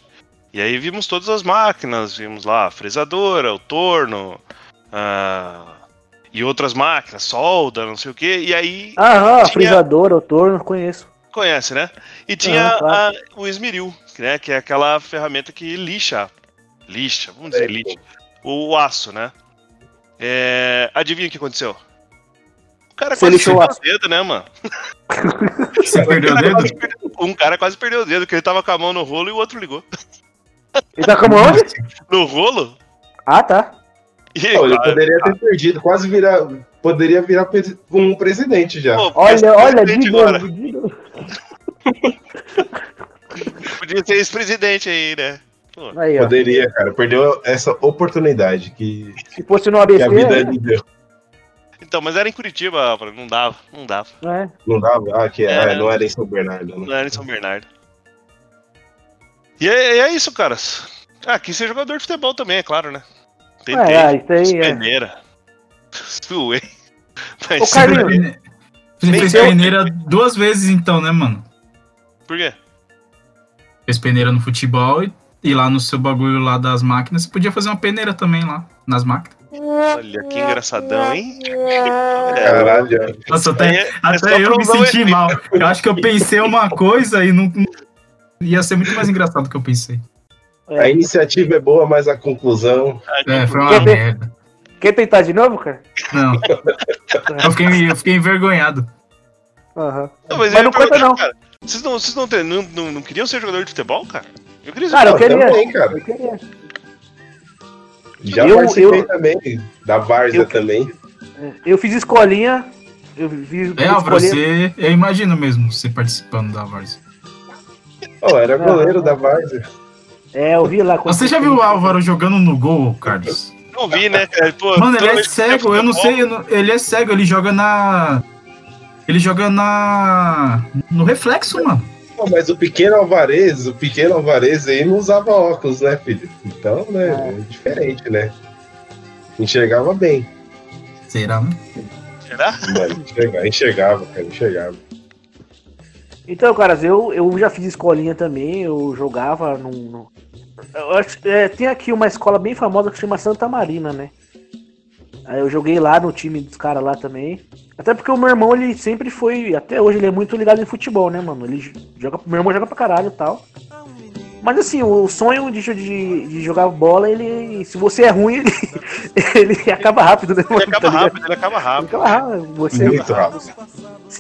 S1: E aí vimos todas as máquinas, vimos lá a fresadora, o torno, ah, e outras máquinas, solda, não sei o quê. E aí
S2: Aham,
S1: Tinha-
S2: frisadora, o torno, conheço.
S1: Conhece, né? E tinha
S2: Ah, claro.
S1: a- o esmeril, né? Que é aquela ferramenta que lixa. Lixa, vamos dizer lixa. O aço, né? É, adivinha o que aconteceu? O cara
S2: Você
S1: quase
S2: lixou
S1: perdeu
S2: o
S1: o
S2: aço.
S1: dedo, né, mano?
S3: Você perdeu o
S1: Cara,
S3: dedo?
S1: quase perdeu- um cara quase perdeu o dedo, porque ele tava com a mão no rolo e o outro ligou.
S2: Ele tá como onde?
S1: No rolo?
S2: Ah, tá.
S1: E
S4: Não, ele
S1: cara,
S4: poderia ter perdido, quase virar. Poderia virar pre- um presidente já.
S1: pô, podia ser
S2: Olha, olha, de
S1: presidente
S2: novo, de novo.
S1: Podia ser ex-presidente aí, né?
S2: Aí, ó.
S4: Poderia, cara. Perdeu essa oportunidade que,
S2: Se fosse no
S4: que a
S2: ABC,
S4: vida
S2: né?
S4: lhe deu.
S1: Então, mas era em Curitiba, Álvaro, não dava, não dava.
S2: É.
S4: Não dava. Ah, que é,
S1: É.
S4: ah, não era em São Bernardo,
S1: Não
S4: né?
S1: era em São Bernardo. E é, e é isso, caras. Ah, quis ser jogador de futebol também, é claro, né?
S2: É, ah, isso aí é.
S1: peneira. Suei.
S2: Ô,
S1: Mas,
S2: Carlinhos,
S3: Ele fez
S1: eu-
S3: peneira duas vezes então, né, mano?
S1: por quê?
S3: Fez peneira no futebol e, e lá no seu bagulho lá das máquinas, você podia fazer uma peneira também lá, nas máquinas.
S1: Olha, que engraçadão, hein?
S4: É.
S1: Olha,
S4: Caralho.
S3: Nossa, até,
S1: é- é só
S3: até eu
S1: pra
S3: me
S1: usar o
S3: senti
S1: efeito.
S3: mal. Eu acho que eu pensei uma coisa e não... Ia ser muito mais engraçado do que eu pensei.
S2: É.
S4: A iniciativa é boa, mas a conclusão.
S3: É, foi uma
S2: Quer ver?
S3: merda.
S2: Quer tentar de novo, cara?
S3: Não. Eu fiquei, eu fiquei envergonhado.
S2: Aham.
S1: Não, mas
S2: mas
S1: eu
S2: não
S1: ia
S2: conta,
S1: perguntar,
S2: não.
S1: cara, vocês não, vocês não, tem- não, não, não queriam ser jogador de futebol, cara? Eu queria ser
S2: Cara, eu
S4: Não,
S2: queria.
S4: ah, também, cara.
S2: Eu queria.
S4: Já
S2: Eu-
S4: participei
S2: eu-
S4: também. Da Varza
S2: Eu-
S4: também.
S2: Eu fiz escolinha. Eu fiz
S3: É, Álvaro, você, eu imagino mesmo você participando da Varsa.
S4: Oh, era
S2: Não.
S4: goleiro da Varza.
S2: É, eu vi lá. quando-
S3: Você já viu o Álvaro jogando no gol, Carlos?
S1: Não vi, né, cara? Pô, toda
S3: Mano, ele é
S1: vez que
S3: cego, eu não
S1: futebol,
S3: sei, eu não- ele é cego, ele joga na. Ele joga na. No reflexo, mano.
S4: Pô, mas o pequeno Alvarez, o pequeno Alvarez aí não usava óculos, né, filho? Então, né, é diferente, né? Enxergava bem.
S3: Será, né?
S1: Será?
S4: Mano, enxergava, enxergava, cara, enxergava.
S2: Então, caras, eu, eu já fiz escolinha também, eu jogava num. num- Eu acho- é, tem aqui uma escola bem famosa que chama Santa Marina, né? Aí eu joguei lá no time dos caras lá também. Até porque o meu irmão, ele sempre foi. Até hoje ele é muito ligado em futebol, né, mano? Ele j- joga. Meu irmão joga pra caralho e tal. Mas assim, o sonho de, jo- de, de jogar bola, ele. Se você é ruim, ele, ele acaba rápido, né?
S1: Ele
S2: mano?
S1: acaba
S2: Tá ligado?
S1: rápido, ele acaba rápido.
S2: Acaba rápido. Você
S4: Muito rápido.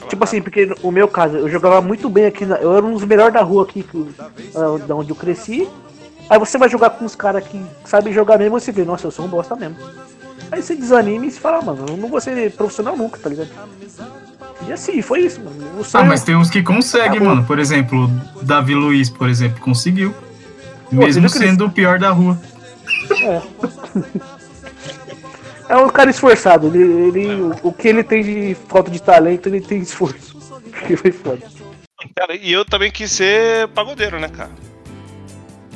S2: Tipo assim, porque o meu caso, eu jogava muito bem aqui, na- eu era um dos melhores da rua aqui, que, ah, da onde eu cresci. Aí você vai jogar com os caras que sabem jogar mesmo, você vê, nossa, eu sou um bosta mesmo. Aí você desanima e você fala, "Ah, mano, eu não vou ser profissional nunca, tá ligado? E assim, foi isso, mano. O
S3: Ah,
S2: sonho,
S3: mas tem uns que conseguem,
S2: Acabou.
S3: mano. Por exemplo, o Davi Luiz, por exemplo, conseguiu.
S2: você
S3: Mesmo
S2: viu que ele-
S3: sendo o pior da rua.
S2: É um cara esforçado, ele, ele- o, o que ele tem de falta de talento, ele tem esforço. Que foi foda.
S1: Cara, e eu também quis ser pagodeiro, né, cara?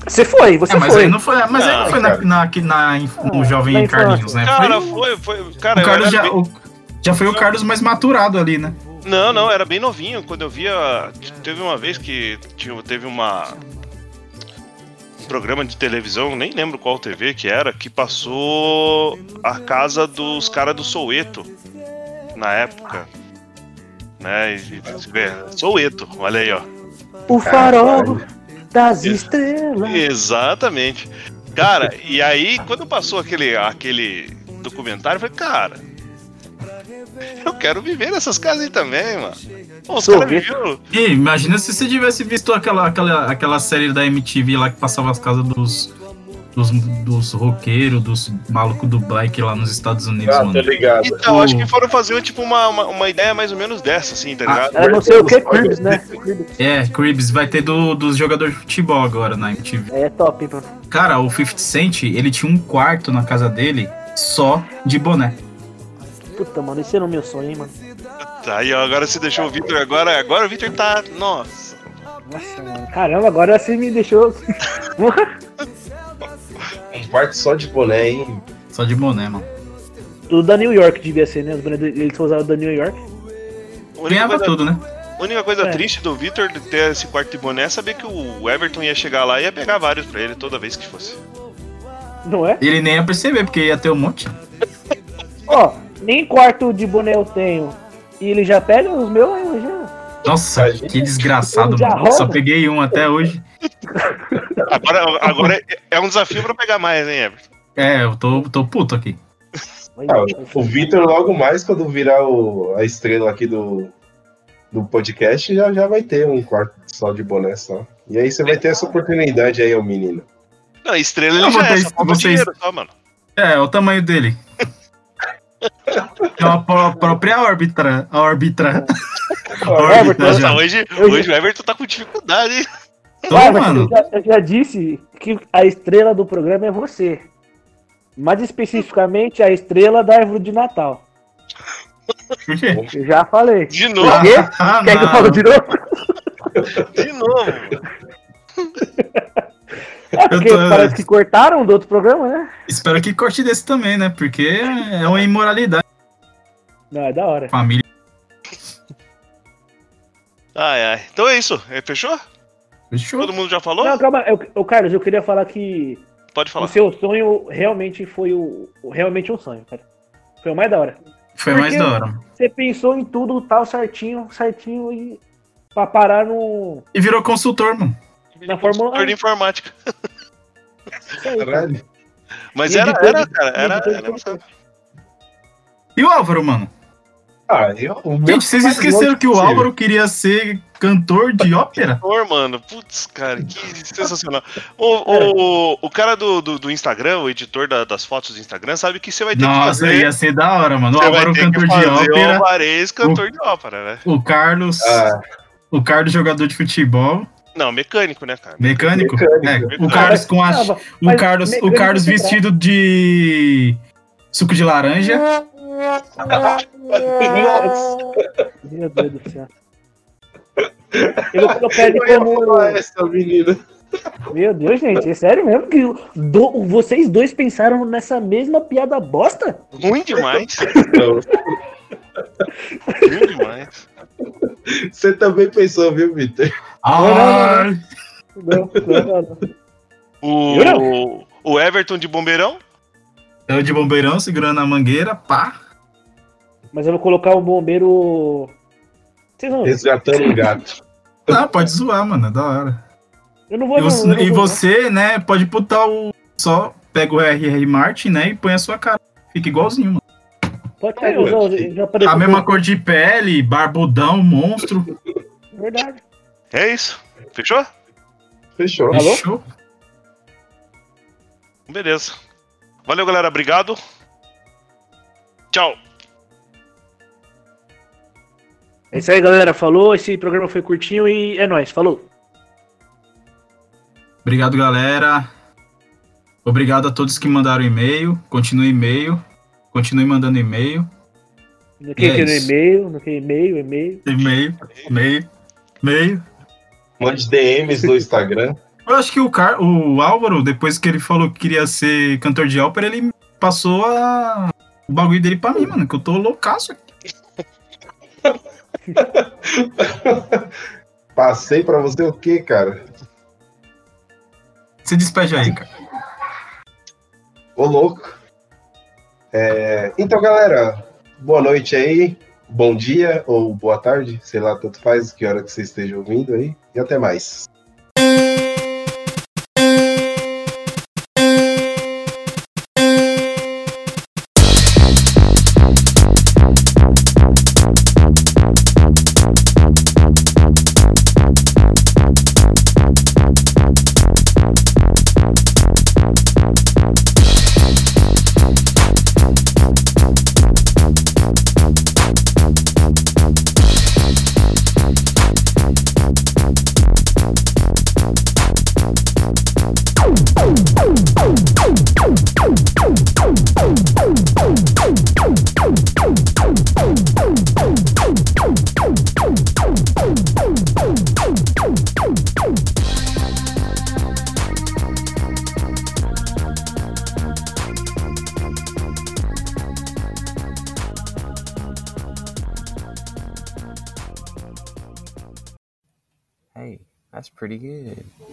S2: Você foi, você
S3: É, mas
S2: foi. Ah,
S3: aí não foi, mas aí
S1: Ah,
S3: não foi na,
S4: cara.
S3: na, que- na inf- no jovem
S2: na infância.
S3: Carlinhos, né?
S1: Cara,
S3: Foi o-
S1: foi, foi. Cara,
S3: o
S1: eu
S3: Carlos
S1: era
S3: já,
S1: bem-
S3: o- já foi o Carlos mais maturado ali, né?
S1: Não, não, era bem novinho. Quando eu via. Teve uma vez que tinha, teve uma. um programa de televisão, nem lembro qual TV que era, que passou a casa dos caras do Soueto na época. Né? E, e- se vê, Soueto, olha aí, ó.
S3: É,
S2: O farol das estrelas.
S1: Exatamente. Cara, e aí quando passou aquele, aquele documentário, eu falei, cara, eu quero viver nessas casas aí também, mano. Pô, os caras
S2: Sorvete.
S1: viviam.
S3: E imagina se você tivesse visto aquela, aquela, aquela série da MTV lá que passava as casas dos. Dos, dos roqueiros, dos malucos do bike lá nos Estados Unidos,
S4: Ah, tô
S3: mano.
S4: ligado.
S1: Então, acho que
S3: O-
S1: foram fazer tipo uma, uma, uma ideia mais ou menos dessa, assim, tá
S3: Ah,
S1: ligado?
S2: Era não sei o que, Cribs, né?
S3: É, Cribs, vai ter do, dos jogadores de futebol agora na MTV.
S2: É top, hein, mano.
S3: Cara, o 50 Cent, ele tinha um quarto na casa dele só de boné.
S2: Puta, mano, esse era o meu sonho, hein, mano.
S1: Tá, aí ó, agora você deixou o Victor, agora, agora o Victor tá. Nossa.
S2: Nossa, mano. Caramba, agora você me deixou.
S4: Um quarto só de boné, hein?
S3: Só de boné, mano.
S2: Tudo da New York devia ser, né? Os bonecos dele- eles só usavam da New York.
S1: A única
S3: Ganhava
S1: coisa,
S3: tudo, né?
S1: a única coisa
S2: É.
S1: triste do Victor de ter esse quarto de boné é saber que o Everton ia chegar lá e ia pegar vários pra ele toda vez que fosse.
S2: Não é?
S3: Ele nem ia perceber, porque ia ter um monte.
S2: Ó, nem quarto de boné eu tenho. E ele já pega os meus, eu já.
S3: Nossa, que desgraçado,
S2: Já
S3: mano. Só
S2: rouba?
S3: peguei um até hoje.
S1: Agora, agora é- é um desafio pra pegar mais, hein, Everton?
S3: É, eu tô, tô puto aqui.
S2: Mas,
S4: Ah, o Vitor, logo mais, quando virar o- a estrela aqui do, do podcast, já, já vai ter um quarto só de boné só. E aí você vai ter essa oportunidade aí, ô menino.
S1: Não, estrela
S3: Não,
S1: ele já é,
S3: vocês-
S1: só falta o
S3: vocês-
S1: dinheiro só, mano.
S3: É, o tamanho dele. É uma pró- própria órbita. A órbita.
S2: É.
S3: A
S2: Everton,
S3: órbita
S1: Nossa,
S3: já.
S1: hoje,
S2: Eu-
S1: hoje o Everton tá com dificuldade, hein?
S3: Tô,
S2: Vai, mas eu
S3: mano.
S2: já, eu já disse que a estrela do programa é você. Mais especificamente, a estrela da árvore de Natal. Já falei.
S1: De
S2: O
S1: novo,
S2: quê?
S3: Ah,
S2: é Quer que eu fale
S3: não.
S2: de novo?
S3: Ah.
S1: de novo.
S2: É porque
S3: tô-
S2: parece que cortaram do outro programa, né?
S3: Espero que corte desse também, né? Porque é uma imoralidade.
S2: Não, é da hora.
S3: Família.
S1: Ai, ai. Então é isso. É, fechou?
S3: Fechou.
S1: Todo mundo já falou?
S2: Não, calma, eu, eu- Carlos, eu queria falar que
S1: Pode
S2: o
S1: falar.
S2: seu sonho realmente foi o. o- Realmente um sonho, cara. Foi o mais da hora.
S3: Foi
S2: Por
S3: mais
S2: quê?
S3: da hora.
S2: Você pensou em tudo tal certinho, certinho e. Pra parar no.
S3: E virou consultor, mano.
S4: Tipo,
S2: Na Fórmula
S1: Doutor de
S2: 1.
S1: informática.
S2: Isso aí, cara.
S4: Caralho.
S1: Mas
S2: E
S1: era,
S2: editor de-
S1: era, cara. Era,
S2: editor de
S1: era-
S2: podcast.
S3: E o Álvaro, mano?
S4: Ah, eu, o meu
S3: Gente, vocês
S4: mais
S3: esqueceram
S4: longe
S3: que o
S4: possível.
S3: Álvaro queria ser cantor de ópera?
S1: Senhor, mano. Putz, cara, que sensacional.
S3: É.
S1: O, o, o cara do, do, do Instagram, o editor da- das fotos do Instagram, sabe que você vai ter que
S3: Nossa,
S1: fazer.
S3: ia ser da hora, mano. O
S1: Você vai
S3: Álvaro, é um
S1: ter
S3: cantor
S1: que
S3: de
S1: fazer o
S3: ópera.
S1: Alvarez, cantor de ópera, né?
S3: O Carlos.
S4: Ah,
S3: O Carlos, jogador de futebol.
S1: Não, mecânico, né, cara?
S3: Mecânico.
S4: Mecânico.
S3: É,
S1: Mecânico.
S3: o Carlos com a.
S2: Um Tava.
S3: O
S2: Ah, Mas
S3: Carlos, o
S2: mecânico
S3: Carlos
S2: é bom.
S3: vestido de. Suco de laranja.
S4: Nossa,
S2: Meu Deus do céu. Eu vou colocar ele
S4: eu ia falar
S2: como.
S4: essa menina.
S2: Meu Deus, gente, é sério mesmo que o- do- vocês dois pensaram nessa mesma piada bosta?
S1: Ruim demais.
S4: Não,
S1: ruim demais.
S4: você também pensou, viu, Vitor?
S2: Ah,
S3: Ah,
S2: não,
S3: Ai.
S2: Não, não, não, não. Eu
S1: O, o Everton de Bombeirão?
S3: Eu é de bombeirão, segurando a mangueira, pá.
S2: Mas eu vou colocar o bombeiro. Vocês vão ver.
S4: Resgatando um gato.
S3: Ah, pode zoar, mano, é da hora.
S2: Eu não
S3: E
S2: vou. não, eu
S3: você,
S2: não vou,
S3: e
S2: não.
S3: você, né, pode botar o. Só pega o RR Martin, né, e põe a sua cara. Fica igualzinho, mano.
S2: né? Pode ter, eu já, eu já apareci-
S3: A mesma cor de pele, barbudão, monstro.
S2: Verdade.
S1: É isso. Fechou?
S4: Fechou.
S2: Alô?
S3: Fechou?
S1: Beleza. Valeu, galera. Obrigado. Tchau.
S2: É isso aí, galera. Falou. Esse programa foi curtinho e é nóis. Falou.
S3: Obrigado, galera. Obrigado a todos que mandaram e-mail. Continue e-mail. Continue mandando e-mail.
S2: No que,
S3: E é
S2: que no
S3: isso.
S2: e-mail, no que e-mail, e-mail.
S3: E-mail. E-mail. E-mail.
S4: Mande DMs no Instagram.
S3: Eu acho que o, Car... o Álvaro, depois que ele falou que queria ser cantor de ópera, ele passou a... o bagulho dele pra mim, mano, que eu tô loucaço aqui.
S4: Passei pra você o quê, cara?
S3: Se despede aí, cara.
S4: Ô, louco. É, Então, galera, boa noite aí. Bom dia ou boa tarde, sei lá, tanto faz que hora que você esteja ouvindo aí. E até mais.
S10: Hey, that's pretty good.